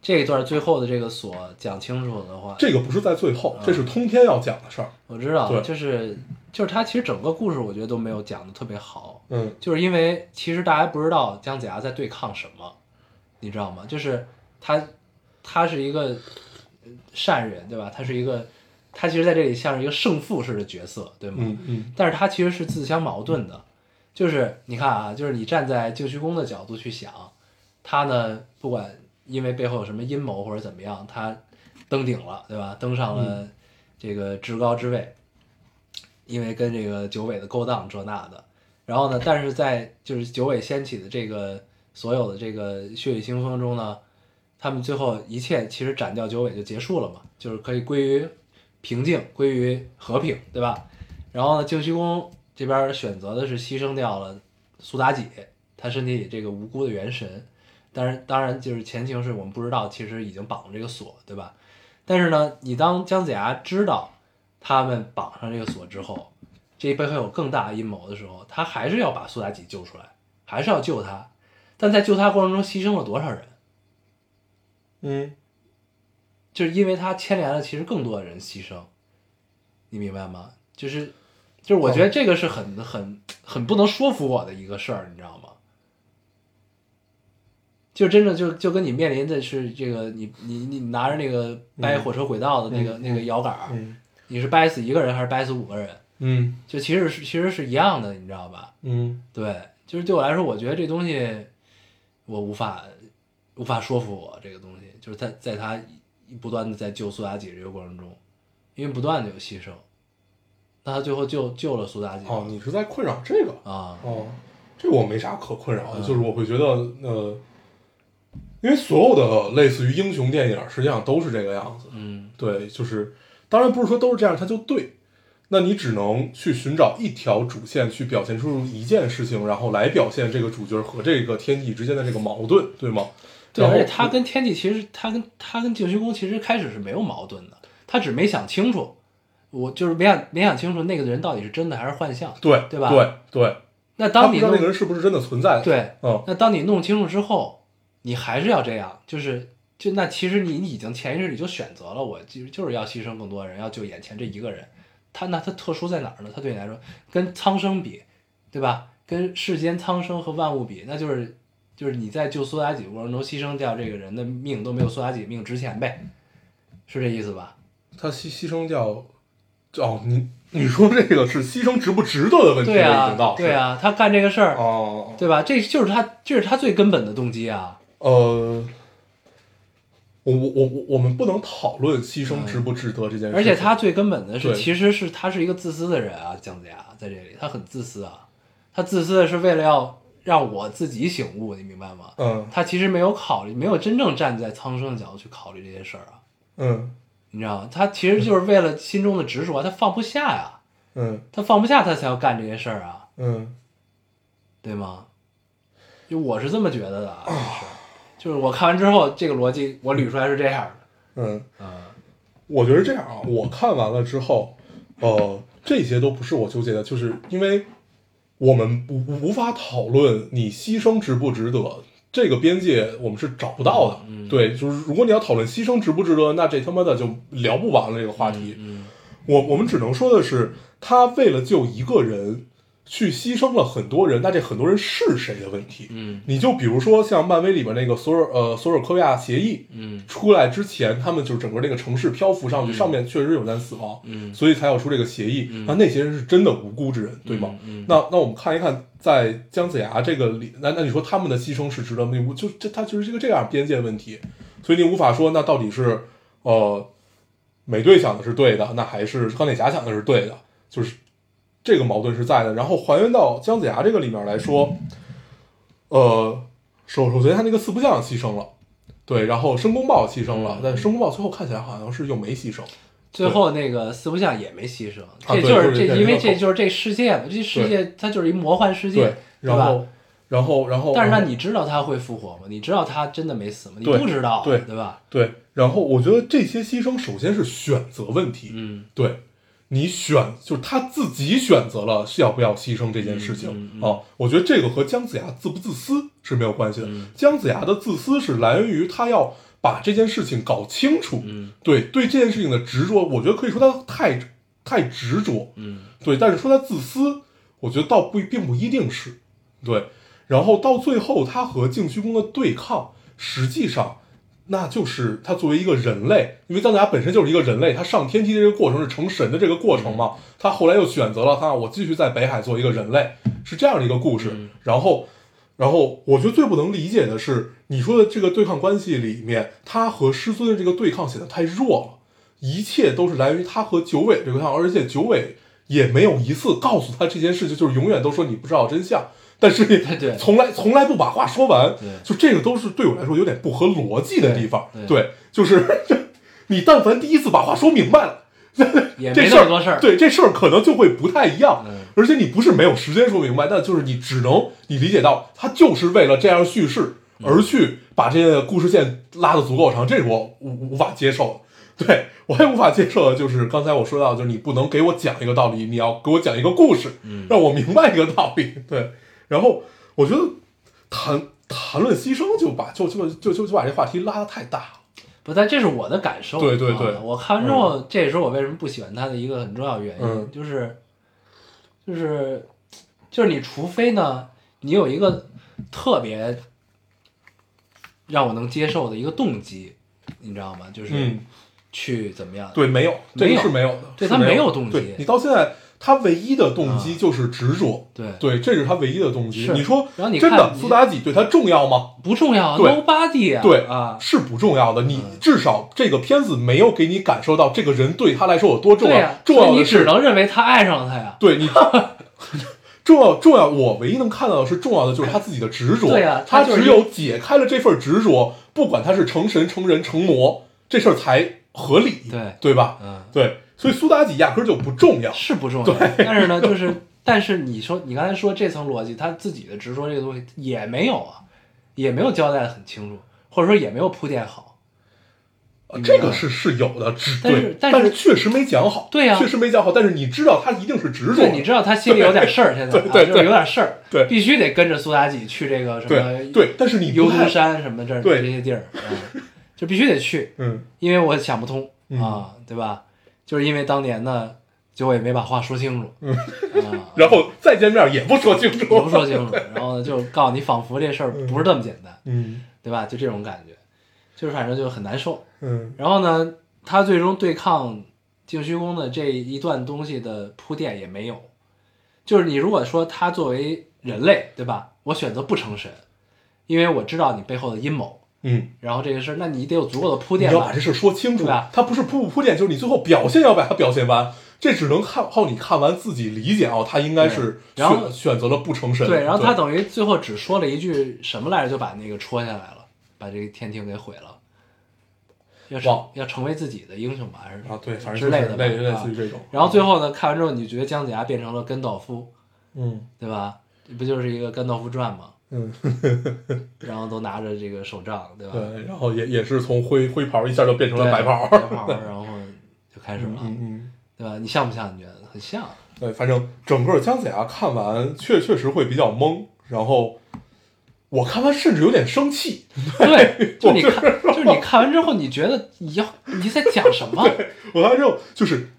Speaker 2: 这一段最后的这个锁讲清楚的话，
Speaker 3: 这个不是在最后，这是通篇要讲的事儿。
Speaker 2: 我知道，
Speaker 3: 对
Speaker 2: 就是就是他其实整个故事我觉得都没有讲的特别好，
Speaker 3: 嗯
Speaker 2: 就是因为其实大家不知道姜子牙在对抗什么，你知道吗？就是他，他是一个呃善人，对吧？他是一个，他其实在这里像是一个胜负式的角色，对吗？
Speaker 3: 嗯嗯
Speaker 2: 但是他其实是自相矛盾的，就是你看啊，就是你站在净虚宫的角度去想，他呢不管因为背后有什么阴谋或者怎么样，他登顶了，对吧？登上了这个至高之位，因为跟这个九尾的勾当这那的。然后呢，但是在就是九尾掀起的这个所有的这个血雨腥风中呢，他们最后一切其实斩掉九尾就结束了嘛，就是可以归于平静，归于和平，对吧？然后呢，净虚宫这边选择的是牺牲掉了苏妲己，她身体里这个无辜的元神，但是当然就是前情是我们不知道，其实已经绑了这个锁，对吧？但是呢，你当姜子牙知道他们绑上这个锁之后，这背后有更大的阴谋的时候，他还是要把苏妲己救出来，还是要救她，但在救她过程中牺牲了多少人？
Speaker 3: 嗯，
Speaker 2: 就是因为他牵连了其实更多的人牺牲，你明白吗？就是，就是我觉得这个是很很很不能说服我的一个事儿，你知道吗？就真的就就跟你面临的是这个，你你你拿着那个掰火车轨道的那个、那个摇杆儿，
Speaker 3: 嗯
Speaker 2: 你是掰死一个人还是掰死五个人？
Speaker 3: 嗯
Speaker 2: 就其实是其实是一样的，你知道吧？
Speaker 3: 嗯
Speaker 2: 对，就是对我来说，我觉得这东西我无法无法说服我这个东西，就是在在他不断的在救苏妲己这个过程中，因为不断的有牺牲，那他最后救救了苏妲己。
Speaker 3: 哦，你是在困扰这个
Speaker 2: 啊，
Speaker 3: 哦，这我没啥可困
Speaker 2: 嗯
Speaker 3: 扰的，就是我会觉得呃，因为所有的类似于英雄电影实际上都是这个样子，
Speaker 2: 嗯
Speaker 3: 对，就是当然不是说都是这样，它就对。那你只能去寻找一条主线，去表现出一件事情，然后来表现这个主角和这个天地之间的这个矛盾，对吗？
Speaker 2: 对，
Speaker 3: 然
Speaker 2: 而
Speaker 3: 后
Speaker 2: 且他跟天帝其实他跟他跟净虚宫其实开始是没有矛盾的，他只没想清楚，我就是没想没想清楚那个人到底是真的还是幻象。
Speaker 3: 对
Speaker 2: 对吧
Speaker 3: 对对，
Speaker 2: 那
Speaker 3: 他
Speaker 2: 当
Speaker 3: 不
Speaker 2: 你
Speaker 3: 知道那个
Speaker 2: 弄
Speaker 3: 人是不是真的存在的。，
Speaker 2: 对，
Speaker 3: 嗯，
Speaker 2: 那当你弄清楚之后，你还是要这样，就是就那其实你你已经潜意识里就选择了，我就就是要牺牲更多人，要救眼前这一个人。他那他特殊在哪儿呢？他对你来说，跟苍生比，对吧？跟世间苍生和万物比，那就是就是你在救苏妲己过程中牺牲掉这个人的命都没有苏妲己命值钱呗，是这意思吧？
Speaker 3: 他牺牺牲掉，哦，你你说这个是牺牲值不值得的问题
Speaker 2: 对
Speaker 3: 了，已
Speaker 2: 啊
Speaker 3: 经到，
Speaker 2: 对，啊，他干这个事
Speaker 3: 是
Speaker 2: 儿，
Speaker 3: 哦，
Speaker 2: 对吧？这就是他这是他最根本的动机啊。
Speaker 3: 呃，我我我我我们不能讨论牺牲值不值得这件事情，
Speaker 2: 而且他最根本的是，
Speaker 3: 对
Speaker 2: 其实是他是一个自私的人啊，姜子牙在这里他很自私啊，他自私的是为了要让我自己醒悟，你明白吗？
Speaker 3: 嗯
Speaker 2: 他其实没有考虑，没有真正站在苍生的角度去考虑这些事儿啊，
Speaker 3: 嗯
Speaker 2: 你知道吗？他其实就是为了心中的执着啊，他放不下呀、
Speaker 3: 嗯
Speaker 2: 他放不下，他才要干这些事儿啊，
Speaker 3: 嗯，
Speaker 2: 对吗？就我是这么觉得的啊， *coughs* 就是，就是我看完之后，这个逻辑我捋出来是这样的，
Speaker 3: 嗯，
Speaker 2: 嗯
Speaker 3: 我觉得这样啊，我看完了之后，呃，这些都不是我纠结的，就是因为我们无无法讨论你牺牲值不值得。这个边界我们是找不到的，
Speaker 2: 嗯
Speaker 3: 对，就是如果你要讨论牺牲值不值得，那这他妈的就聊不完了这个话题。
Speaker 2: 嗯
Speaker 3: 我我们只能说的是，他为了救一个人，去牺牲了很多人，那这很多人是谁的问题？
Speaker 2: 嗯
Speaker 3: 你就比如说像漫威里边那个索尔呃索尔科维亚协议
Speaker 2: 嗯
Speaker 3: 出来之前，他们就是整个那个城市漂浮上去，上面确实有人死亡，
Speaker 2: 嗯
Speaker 3: 所以才要出这个协议。那那些人是真的无辜之人，对吗？
Speaker 2: 嗯嗯
Speaker 3: 那那我们看一看，在姜子牙这个里，那那你说他们的牺牲是值得吗？你无就这他就是一个这样边界问题，所以你无法说那到底是呃美队想的是对的，那还是钢铁侠想的是对的，就是这个矛盾是在的。然后还原到姜子牙这个里面来说，呃，首首先他那个四不像牺牲了。对，然后申公豹牺牲了，但申公豹最后看起来好像是又没牺牲。
Speaker 2: 最后那个四不像也没牺牲，这
Speaker 3: 啊对
Speaker 2: 就是
Speaker 3: 就是
Speaker 2: 这，
Speaker 3: 这
Speaker 2: 因为
Speaker 3: 个
Speaker 2: 这就是这世界嘛，这世界它就是一魔幻世界，对
Speaker 3: 然
Speaker 2: 吧？
Speaker 3: 后，然后，然后，哦
Speaker 2: 但是
Speaker 3: 然
Speaker 2: 那
Speaker 3: 后
Speaker 2: 你知道他会复活吗？你知道他真的没死吗？你
Speaker 3: 对
Speaker 2: 不知道，啊
Speaker 3: 对
Speaker 2: 对吧？
Speaker 3: 对，然后我觉得这些牺牲首先是选择问题，
Speaker 2: 嗯，
Speaker 3: 对你选就是他自己选择了是要不要牺牲这件事情、
Speaker 2: 嗯嗯嗯
Speaker 3: 啊，我觉得这个和姜子牙自不自私是没有关系的。
Speaker 2: 嗯
Speaker 3: 姜子牙的自私是来源于他要把这件事情搞清楚，
Speaker 2: 嗯
Speaker 3: 对对这件事情的执着，我觉得可以说他太太执着，
Speaker 2: 嗯
Speaker 3: 对，但是说他自私，我觉得倒不并不一定是，对。然后到最后，他和净虚宫的对抗，实际上那就是他作为一个人类，因为姜子牙本身就是一个人类，他上天梯的这个过程是成神的这个过程嘛，
Speaker 2: 嗯
Speaker 3: 他后来又选择了他，我继续在北海做一个人类，是这样的一个故事。
Speaker 2: 嗯
Speaker 3: 然后，然后我觉得最不能理解的是，你说的这个对抗关系里面，他和师尊的这个对抗显得太弱了。一切都是来源于他和九尾这个上，而且九尾也没有一次告诉他这件事情，就是永远都说你不知道真相，但
Speaker 2: *laughs*
Speaker 3: 是
Speaker 2: 对
Speaker 3: 也从来从来不把话说完
Speaker 2: 对，
Speaker 3: 就这个都是对我来说有点不合逻辑的地方。
Speaker 2: 对对
Speaker 3: 对，就是 *laughs* 你但凡第一次把话说明白了，
Speaker 2: 也
Speaker 3: 这
Speaker 2: 没
Speaker 3: 事
Speaker 2: 那
Speaker 3: 儿
Speaker 2: 么多事儿，
Speaker 3: 对这事儿可能就会不太一样。
Speaker 2: 嗯
Speaker 3: 而且你不是没有时间说明白，但就是你只能你理解到，他就是为了这样叙事
Speaker 2: 嗯
Speaker 3: 而去把这个故事线拉得足够长，这是我无无法接受的。对我也无法接受的就是刚才我说到，就是你不能给我讲一个道理，你要给我讲一个故事，
Speaker 2: 嗯
Speaker 3: 让我明白一个道理。对，然后我觉得谈谈论牺牲就把就就就就就把这话题拉得太大了。
Speaker 2: 不，但这是我的感受。
Speaker 3: 对对
Speaker 2: 啊
Speaker 3: 对
Speaker 2: 我看完之后，这也是我为什么不喜欢他的一个很重要原因，
Speaker 3: 嗯
Speaker 2: 就是，就是，就是你除非呢，你有一个特别让我能接受的一个动机，你知道吗？就是
Speaker 3: 嗯
Speaker 2: 去怎么样？
Speaker 3: 对，没有，这
Speaker 2: 没
Speaker 3: 个
Speaker 2: 有
Speaker 3: 是没有的，
Speaker 2: 对
Speaker 3: 是
Speaker 2: 他
Speaker 3: 没
Speaker 2: 没有
Speaker 3: 的
Speaker 2: 动机啊
Speaker 3: 对你到现在，他唯一的动机就是执着，
Speaker 2: 对，
Speaker 3: 对，这是他唯一的动机
Speaker 2: 是。
Speaker 3: 你说，
Speaker 2: 然后你
Speaker 3: 真的
Speaker 2: 看你
Speaker 3: 苏妲己对他重要吗？
Speaker 2: 不重要啊
Speaker 3: 对
Speaker 2: ，nobody 啊，
Speaker 3: 对
Speaker 2: 啊，嗯
Speaker 3: 是不重要的。你至少这个片子没有给你感受到这个人对他来说有多重
Speaker 2: 对
Speaker 3: 要。
Speaker 2: 呀，
Speaker 3: 重
Speaker 2: 所
Speaker 3: 要
Speaker 2: 以
Speaker 3: 的
Speaker 2: 你只
Speaker 3: 是，
Speaker 2: 能认为他爱上了他呀，
Speaker 3: 对你 *laughs* 重要重要。我唯一能看到的是重要的就是他自己的执着。
Speaker 2: 对呀
Speaker 3: 他
Speaker 2: 他就是
Speaker 3: 只有解开了这份执着，不管他是成神、成人、成魔，这事儿才合理，
Speaker 2: 对
Speaker 3: 对吧？
Speaker 2: 嗯，
Speaker 3: 对，所以苏妲己压根儿就不重要。
Speaker 2: 是不重要， *laughs* 但是呢，就是但是你说你刚才说这层逻辑，他自己的执着这个东西也没有啊，也没有交代的很清楚，或者说也没有铺垫好，
Speaker 3: 啊
Speaker 2: 明白
Speaker 3: 这个是是有的，只
Speaker 2: 嗯但是
Speaker 3: 对，
Speaker 2: 但
Speaker 3: 但
Speaker 2: 是
Speaker 3: 确实没讲好，
Speaker 2: 对呀
Speaker 3: 确实没讲好。但是你知道他一定是执着
Speaker 2: 对，
Speaker 3: 的，
Speaker 2: 你知道他心里有点事儿，现在
Speaker 3: 对
Speaker 2: 啊
Speaker 3: 对
Speaker 2: *laughs* 就是
Speaker 3: 对
Speaker 2: 有点事儿，
Speaker 3: 对
Speaker 2: 必须得跟着苏妲己去这个什
Speaker 3: 对
Speaker 2: 么
Speaker 3: 对，但是你
Speaker 2: 游
Speaker 3: 不太
Speaker 2: 湖，山什么这儿
Speaker 3: 对
Speaker 2: 这些地儿，嗯就必须得去，
Speaker 3: 嗯，
Speaker 2: 因为我想不通
Speaker 3: 嗯
Speaker 2: 啊，对吧？就是因为当年呢，就我也没把话说清楚，
Speaker 3: 嗯
Speaker 2: 啊，
Speaker 3: 然后再见面也不说清楚，
Speaker 2: 也不说
Speaker 3: *laughs*
Speaker 2: 清楚，然后呢，就告诉你，仿佛这事儿不是这么简单，
Speaker 3: 嗯
Speaker 2: 对吧？就这种感觉，就是反正就很难受。
Speaker 3: 嗯
Speaker 2: 然后呢，他最终对抗净虚宫的这一段东西的铺垫也没有。就是你如果说他作为人类，对吧？我选择不成神，因为我知道你背后的阴谋。
Speaker 3: 嗯，
Speaker 2: 然后这个事儿，那你得有足够的铺
Speaker 3: 你
Speaker 2: 垫
Speaker 3: 要
Speaker 2: 吧
Speaker 3: 把这？事说清楚
Speaker 2: 对吧，
Speaker 3: 它不是铺不铺垫，就是你最后表现要把它表现完，这只能靠靠你看完自己理解哦，他应该是
Speaker 2: 对然后
Speaker 3: 选选择了不成神，
Speaker 2: 对，然后他等于最后只说了一句什么来着，就把那个戳下来了，把这个天庭给毁了。要成
Speaker 3: 忘
Speaker 2: 要成为自己的英雄吧，还是
Speaker 3: 啊对，反正
Speaker 2: 之
Speaker 3: 就
Speaker 2: 类
Speaker 3: 是
Speaker 2: 的吧
Speaker 3: 类类似
Speaker 2: 啊
Speaker 3: 于这种，
Speaker 2: 然后最后呢，看完之后，你觉得姜子牙变成了甘道夫，
Speaker 3: 嗯
Speaker 2: 对吧？这不就是一个《甘道夫传》吗？
Speaker 3: 嗯
Speaker 2: 然后都拿着这个手杖，对吧？
Speaker 3: 对，然后也也是从灰灰袍一下就变成
Speaker 2: 对，
Speaker 3: 了白袍，
Speaker 2: 白袍，然后就开始了，
Speaker 3: 嗯嗯。
Speaker 2: 对吧？你像不像？你觉得很像？ *laughs*
Speaker 3: 对，反正整个姜子牙看完确确实会比较懵，然后我看完甚至有点生气，
Speaker 2: 对，就
Speaker 3: 我
Speaker 2: 你看，就是你看完之后，你觉得你要你在讲什么？
Speaker 3: 我看完之后就是，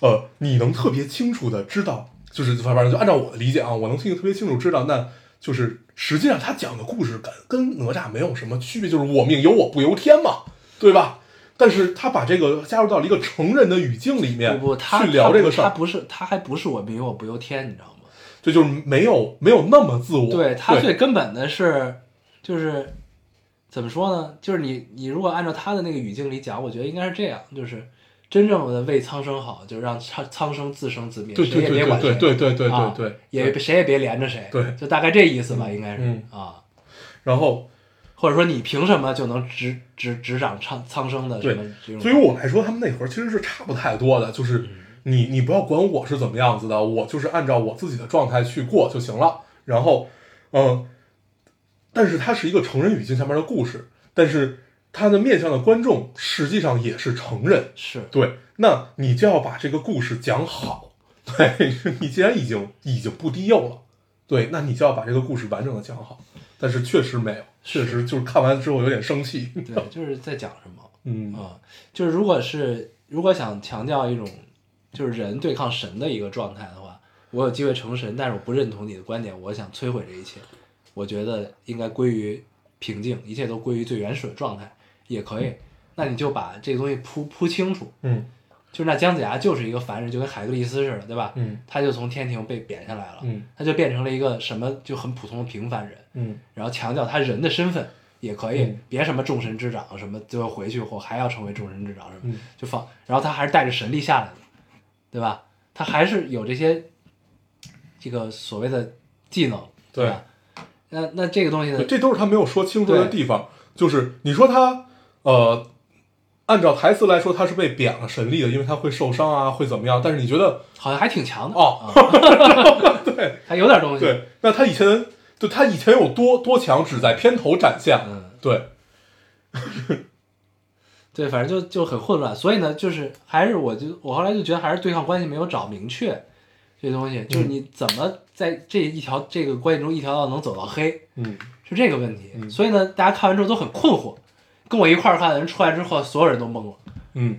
Speaker 3: 呃，你能特别清楚的知道，就是反正就按照我的理解啊，我能听得特别清楚知道，那就是实际上他讲的故事跟跟哪吒没有什么区别，就是我命由我不由天嘛，对吧？但是他把这个加入到了一个成人的语境里面，
Speaker 2: 不不，他
Speaker 3: 去聊这个事
Speaker 2: 他
Speaker 3: 儿，
Speaker 2: 不是，他还不是我命由我不由天，你知道吗？
Speaker 3: 这就是没有没有那么自我，
Speaker 2: 对他最根本的是，就是怎么说呢？就是你你如果按照他的那个语境里讲，我觉得应该是这样，就是真正的为苍生好，就让苍苍生自生自灭，
Speaker 3: 对
Speaker 2: 谁
Speaker 3: 对
Speaker 2: 也
Speaker 3: 对
Speaker 2: 别管谁，
Speaker 3: 对对对对对
Speaker 2: 啊
Speaker 3: 对，
Speaker 2: 也谁也别连着谁，
Speaker 3: 对
Speaker 2: 就大概这意思吧，应该是、
Speaker 3: 嗯
Speaker 2: 啊，
Speaker 3: 然后，
Speaker 2: 或者说你凭什么就能执执执掌苍苍生的什
Speaker 3: 对
Speaker 2: 么这种？
Speaker 3: 对于我来说，他们那会儿其实是差不太多的，就是你你不要管我是怎么样子的，我就是按照我自己的状态去过就行了。然后，嗯，但是它是一个成人语境下面的故事，但是它的面向的观众实际上也是成人。
Speaker 2: 是
Speaker 3: 对，那你就要把这个故事讲好。 *laughs* 对你既然已经已经不低幼了，对，那你就要把这个故事完整的讲好。但是确实没有，确实就是看完之后有点生气。
Speaker 2: 对，就是在讲什么？
Speaker 3: 嗯
Speaker 2: 啊、就是如果是如果想强调一种就是人对抗神的一个状态的话，我有机会成神，但是我不认同你的观点，我想摧毁这一切。我觉得应该归于平静，一切都归于最原始的状态也可以。那你就把这个东西铺铺清楚，
Speaker 3: 嗯
Speaker 2: 就是那姜子牙就是一个凡人，就跟海格力斯似的，对吧？
Speaker 3: 嗯
Speaker 2: 他就从天庭被贬下来了，
Speaker 3: 嗯
Speaker 2: 他就变成了一个什么就很普通的平凡人，
Speaker 3: 嗯
Speaker 2: 然后强调他人的身份也可以，
Speaker 3: 嗯
Speaker 2: 别什么众神之长什么，最后回去后还要成为众神之长什么，
Speaker 3: 嗯
Speaker 2: 就放。然后他还是带着神力下来的，对吧？他还是有这些这个所谓的技能，
Speaker 3: 对
Speaker 2: 吧？那那这个东西呢
Speaker 3: 对，？这都是他没有说清楚的地方。就是你说他，呃，按照台词来说，他是被贬了神力的，因为他会受伤啊，会怎么样？但是你觉得，
Speaker 2: 好像还挺强的
Speaker 3: 哦，
Speaker 2: 啊
Speaker 3: 对
Speaker 2: 还有点东西。
Speaker 3: 对，那他以前，就他以前有多多强，只在片头展现。
Speaker 2: 嗯，
Speaker 3: 对，
Speaker 2: 对，反正就就很混乱。所以呢，就是还是我就我后来就觉得还是对抗关系没有找明确，这东西
Speaker 3: 嗯
Speaker 2: 就是你怎么在这一条这个关系中一条道能走到黑，
Speaker 3: 嗯，
Speaker 2: 是这个问题。所以呢，大家看完之后都很困惑，跟我一块儿看的人出来之后，所有人都懵了，
Speaker 3: 嗯，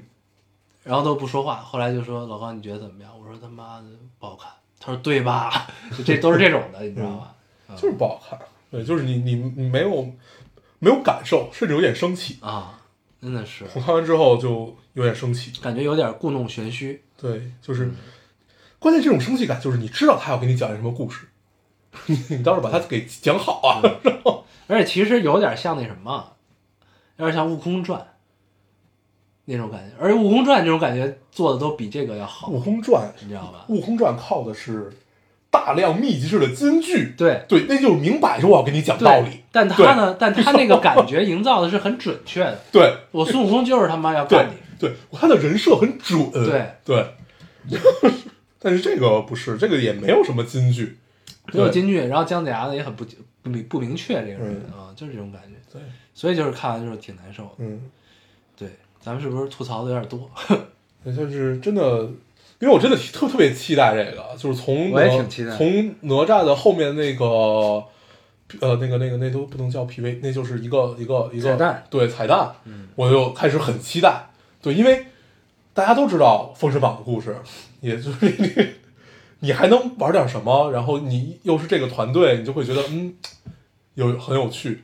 Speaker 2: 然后都不说话。后来就说老高，你觉得怎么样？我说他妈的不好看。他说对吧？ *laughs* 就这都是这种的，你知道吧？
Speaker 3: 就是不好看。对，就是你你你没有没有感受，甚至有点生气。
Speaker 2: 啊，真的是
Speaker 3: 我看完之后就有点生气。
Speaker 2: 感觉有点故弄玄虚。
Speaker 3: 对，就是。关键这种生气感就是你知道他要给你讲一什么故事， *laughs* 你你倒是把它给讲好啊。
Speaker 2: 而且其实有点像那什么，有点像《悟空传》那种感觉，而《悟空传》这种感觉做的都比这个要好，
Speaker 3: 悟空传》，
Speaker 2: 你知道吧？
Speaker 3: 《悟空传》靠的是大量密集式的金句，
Speaker 2: 对，
Speaker 3: 对，那就是明摆着我要给你讲
Speaker 2: 对
Speaker 3: 道理，
Speaker 2: 但他呢，但他那
Speaker 3: *laughs*
Speaker 2: 个感觉营造的是很准确的。
Speaker 3: 对
Speaker 2: 我孙悟空就是他妈要
Speaker 3: 对
Speaker 2: 干你，
Speaker 3: 对，他的人设很准，
Speaker 2: 对
Speaker 3: 对。 *laughs* 但是这个不是，这个也没有什么金句，
Speaker 2: 没有
Speaker 3: 对
Speaker 2: 金句，然后姜子牙呢也很不不明不明确这个人
Speaker 3: 嗯
Speaker 2: 啊，就是这种感觉，
Speaker 3: 对，
Speaker 2: 所以就是看完之后挺难受的。
Speaker 3: 嗯，
Speaker 2: 对，咱们是不是吐槽的有点多？ *laughs*
Speaker 3: 那就是真的，因为我真的特特别期待这个，就是从
Speaker 2: 我也
Speaker 3: 哪
Speaker 2: 挺期待的
Speaker 3: 从哪吒的后面那个。呃，那个、那个、那都不能叫 PV，那就是一个一个一个
Speaker 2: 彩蛋，嗯
Speaker 3: 对彩蛋，我就开始很期待，对，因为大家都知道《封神榜》的故事，也就是 *laughs* 你你还能玩点什么，然后你又是这个团队，你就会觉得嗯，有很有趣，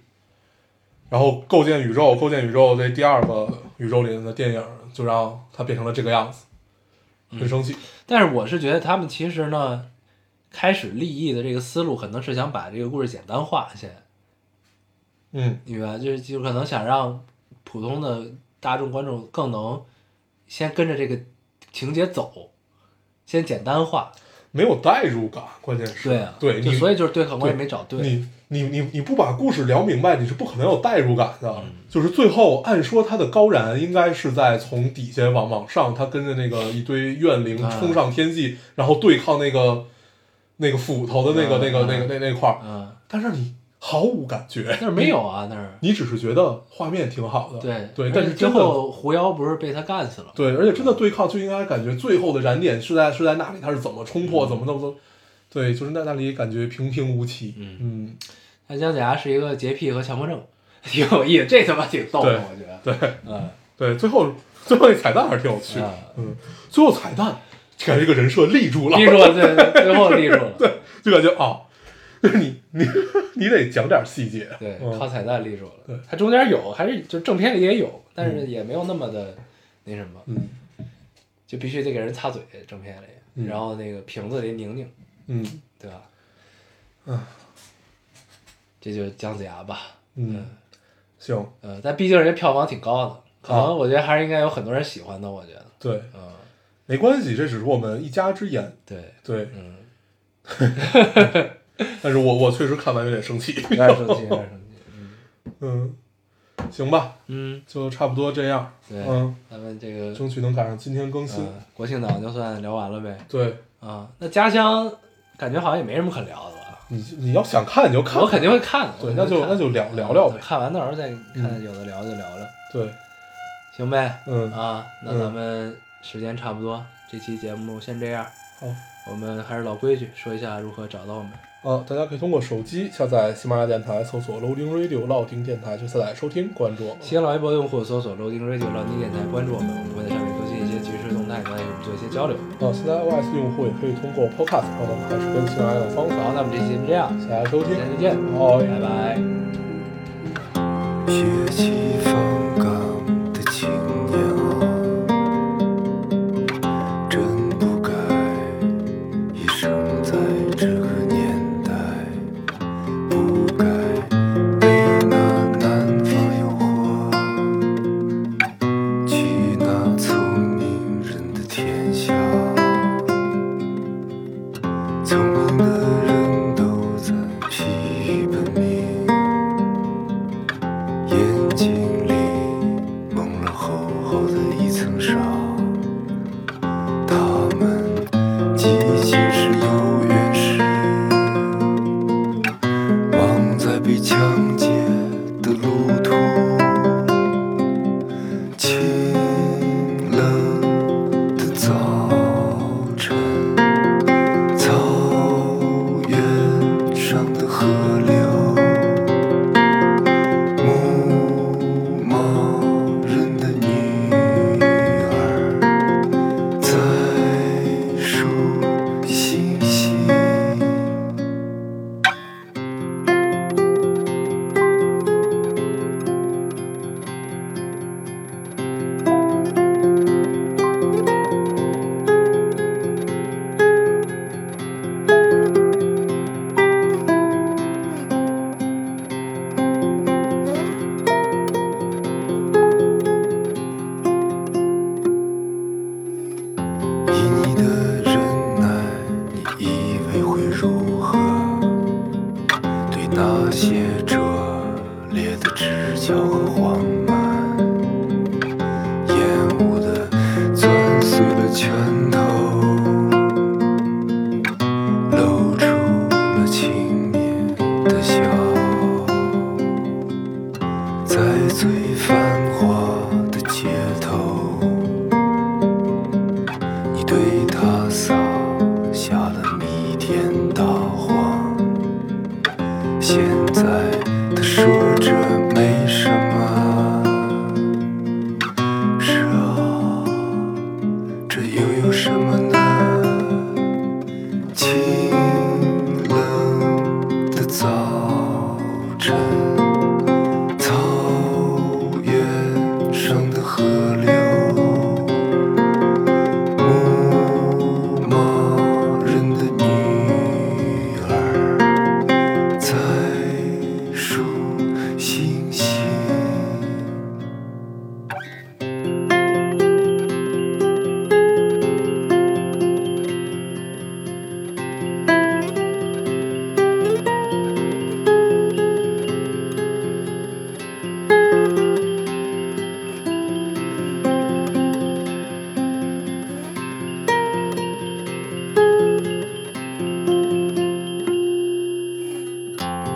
Speaker 3: 然后构建宇宙，构建宇宙这第二个宇宙里的电影，就让它变成了这个样子，
Speaker 2: 嗯
Speaker 3: 很生气。
Speaker 2: 但是我是觉得他们其实呢，开始立意的这个思路可能是想把这个故事简单化先，
Speaker 3: 嗯
Speaker 2: 明白？就是就可能想让普通的大众观众更能先跟着这个情节走，先简单化。
Speaker 3: 没有代入感，关键是
Speaker 2: 对啊，
Speaker 3: 对
Speaker 2: 就
Speaker 3: 你，
Speaker 2: 所以就是对口
Speaker 3: 对
Speaker 2: 关也没找对，
Speaker 3: 你你你你不把故事聊明白，你是不可能有代入感的。
Speaker 2: 嗯
Speaker 3: 就是最后，按说他的高燃应该是在从底下往往上，他跟着那个一堆怨灵
Speaker 2: 嗯
Speaker 3: 冲上天际，然后对抗那个那个斧头的那个、
Speaker 2: 嗯
Speaker 3: 那个
Speaker 2: 嗯
Speaker 3: 那个那那块儿，
Speaker 2: 嗯，
Speaker 3: 但是你毫无感觉，
Speaker 2: 那儿没有啊，那儿
Speaker 3: 你只是觉得画面挺好的，
Speaker 2: 对
Speaker 3: 对，
Speaker 2: 而
Speaker 3: 但是
Speaker 2: 且最
Speaker 3: 真的。
Speaker 2: 后狐妖不是被他干死了，
Speaker 3: 对，而且真的对抗就应该感觉最后的燃点是在是在那里，他是怎么
Speaker 2: 嗯
Speaker 3: 冲破，怎么怎么怎么，对，就是在那里感觉平平无奇，
Speaker 2: 嗯
Speaker 3: 嗯，
Speaker 2: 那姜子牙是一个洁癖和强迫症， *laughs* 挺有意思，这他妈挺逗
Speaker 3: 对
Speaker 2: 的，我觉得，
Speaker 3: 对，
Speaker 2: 嗯，
Speaker 3: 对，最后最后那彩蛋还是挺有趣的。
Speaker 2: 啊
Speaker 3: 嗯，最后彩蛋感觉这个人设立住了，
Speaker 2: 立住了，对， *laughs* 最后立住了，对
Speaker 3: *laughs* 就感觉 *laughs* 哦，就是你你 *laughs* 你得讲点细节。嗯
Speaker 2: 靠彩蛋立住
Speaker 3: 对
Speaker 2: 了，它中间有，还是就正片里也有，嗯但是也没有那么的那什么，
Speaker 3: 嗯
Speaker 2: 就必须得给人擦嘴，正片里，
Speaker 3: 嗯
Speaker 2: 然后那个瓶子里拧拧，
Speaker 3: 嗯
Speaker 2: 对吧？嗯
Speaker 3: 啊，
Speaker 2: *laughs* 这就是姜子牙吧，
Speaker 3: 嗯，行，
Speaker 2: 呃，但毕竟人家票房挺高的，可
Speaker 3: 啊
Speaker 2: 能我觉得还是应该有很多人喜欢的，我觉得，
Speaker 3: 对，
Speaker 2: 嗯，
Speaker 3: 没关系，这只是我们一家之言。
Speaker 2: 对，
Speaker 3: 对，
Speaker 2: 嗯，
Speaker 3: 但是我我确实看完有点生
Speaker 2: *laughs*
Speaker 3: 气。
Speaker 2: 有点生气，有点生
Speaker 3: *laughs*
Speaker 2: 气，
Speaker 3: 嗯，行吧，
Speaker 2: 嗯，
Speaker 3: 就差不多这样。
Speaker 2: 对
Speaker 3: 嗯，
Speaker 2: 咱们这个
Speaker 3: 争取能赶上今天更新。
Speaker 2: 呃国庆档就算聊完了呗，
Speaker 3: 对
Speaker 2: 啊，那家乡感觉好像也没什么可聊的吧？
Speaker 3: 你，你要想看你就看，
Speaker 2: 我肯定会看的，
Speaker 3: 对
Speaker 2: 我肯定
Speaker 3: 那就
Speaker 2: 会看
Speaker 3: 那就聊聊聊呗
Speaker 2: 嗯看完到时候再看有的聊就聊聊，
Speaker 3: 对，
Speaker 2: 行呗，
Speaker 3: 嗯，
Speaker 2: 啊，那
Speaker 3: 嗯
Speaker 2: 咱们时间差不多，这期节目先这样，
Speaker 3: 好。
Speaker 2: 我们还是老规矩，说一下如何找到我们。
Speaker 3: 啊，大家可以通过手机下载喜马拉雅电台，搜索 Loading Radio 老丁电台去下载收听，关注我们。
Speaker 2: 新浪微博用户搜索 “loading radio” 浪丁电台，关注我们，我们会在上面更新一些即时动态，跟我们做一些交流。
Speaker 3: 啊，现在 iOS 用户也可以通过 Podcast 帮我们开始更新来的方
Speaker 2: 好，
Speaker 3: 法
Speaker 2: 那我们这期节目这样，
Speaker 3: 下载收听
Speaker 2: 下。次见，
Speaker 3: 好
Speaker 2: 拜拜。
Speaker 4: 写起放荡的情鸟，真不该一生在这个年代，不该被那南方诱惑，去那聪明人的天下。聪明的人都在疲于奔命。眼睛里对他撒下了弥天大谎。现在他说这没什么，是啊，这又有什么呢？清冷的早晨，草原上的河流。牧马人的女儿在数星星。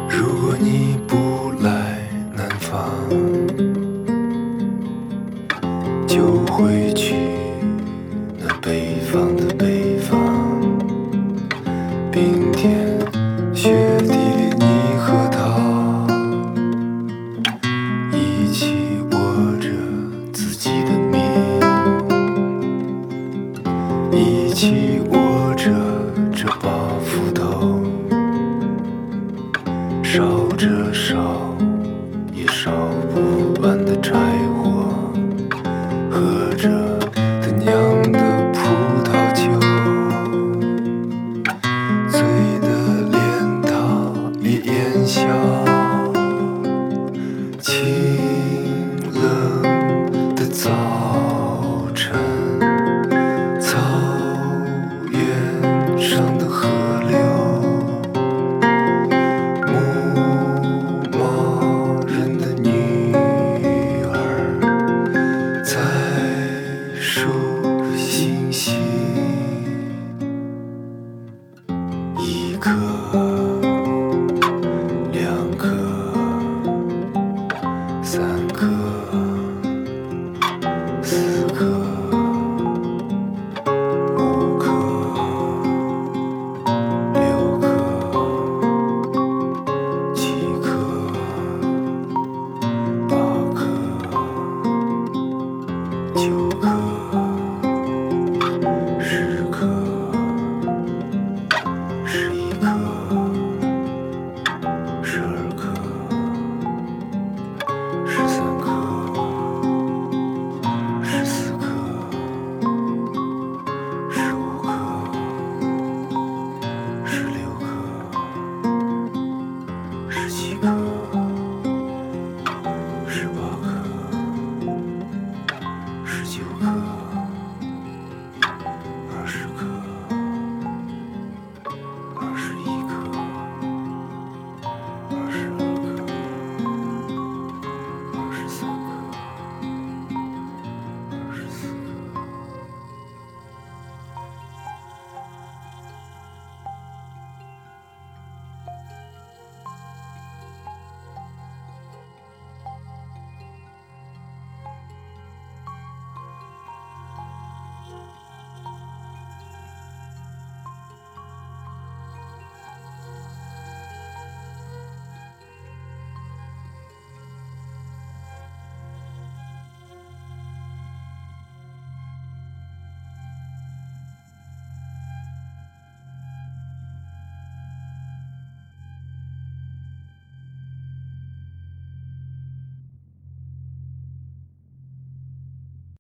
Speaker 4: 如果你不来南方，就会去那北方的北方。冰天雪地里，你和他一起握着自己的命，一起握着这把斧头。烧着烧也烧不完的柴火，喝着他酿的葡萄酒，醉得连他也咽下。清冷的早晨，草原上的河流。牧马人的女儿在数星星。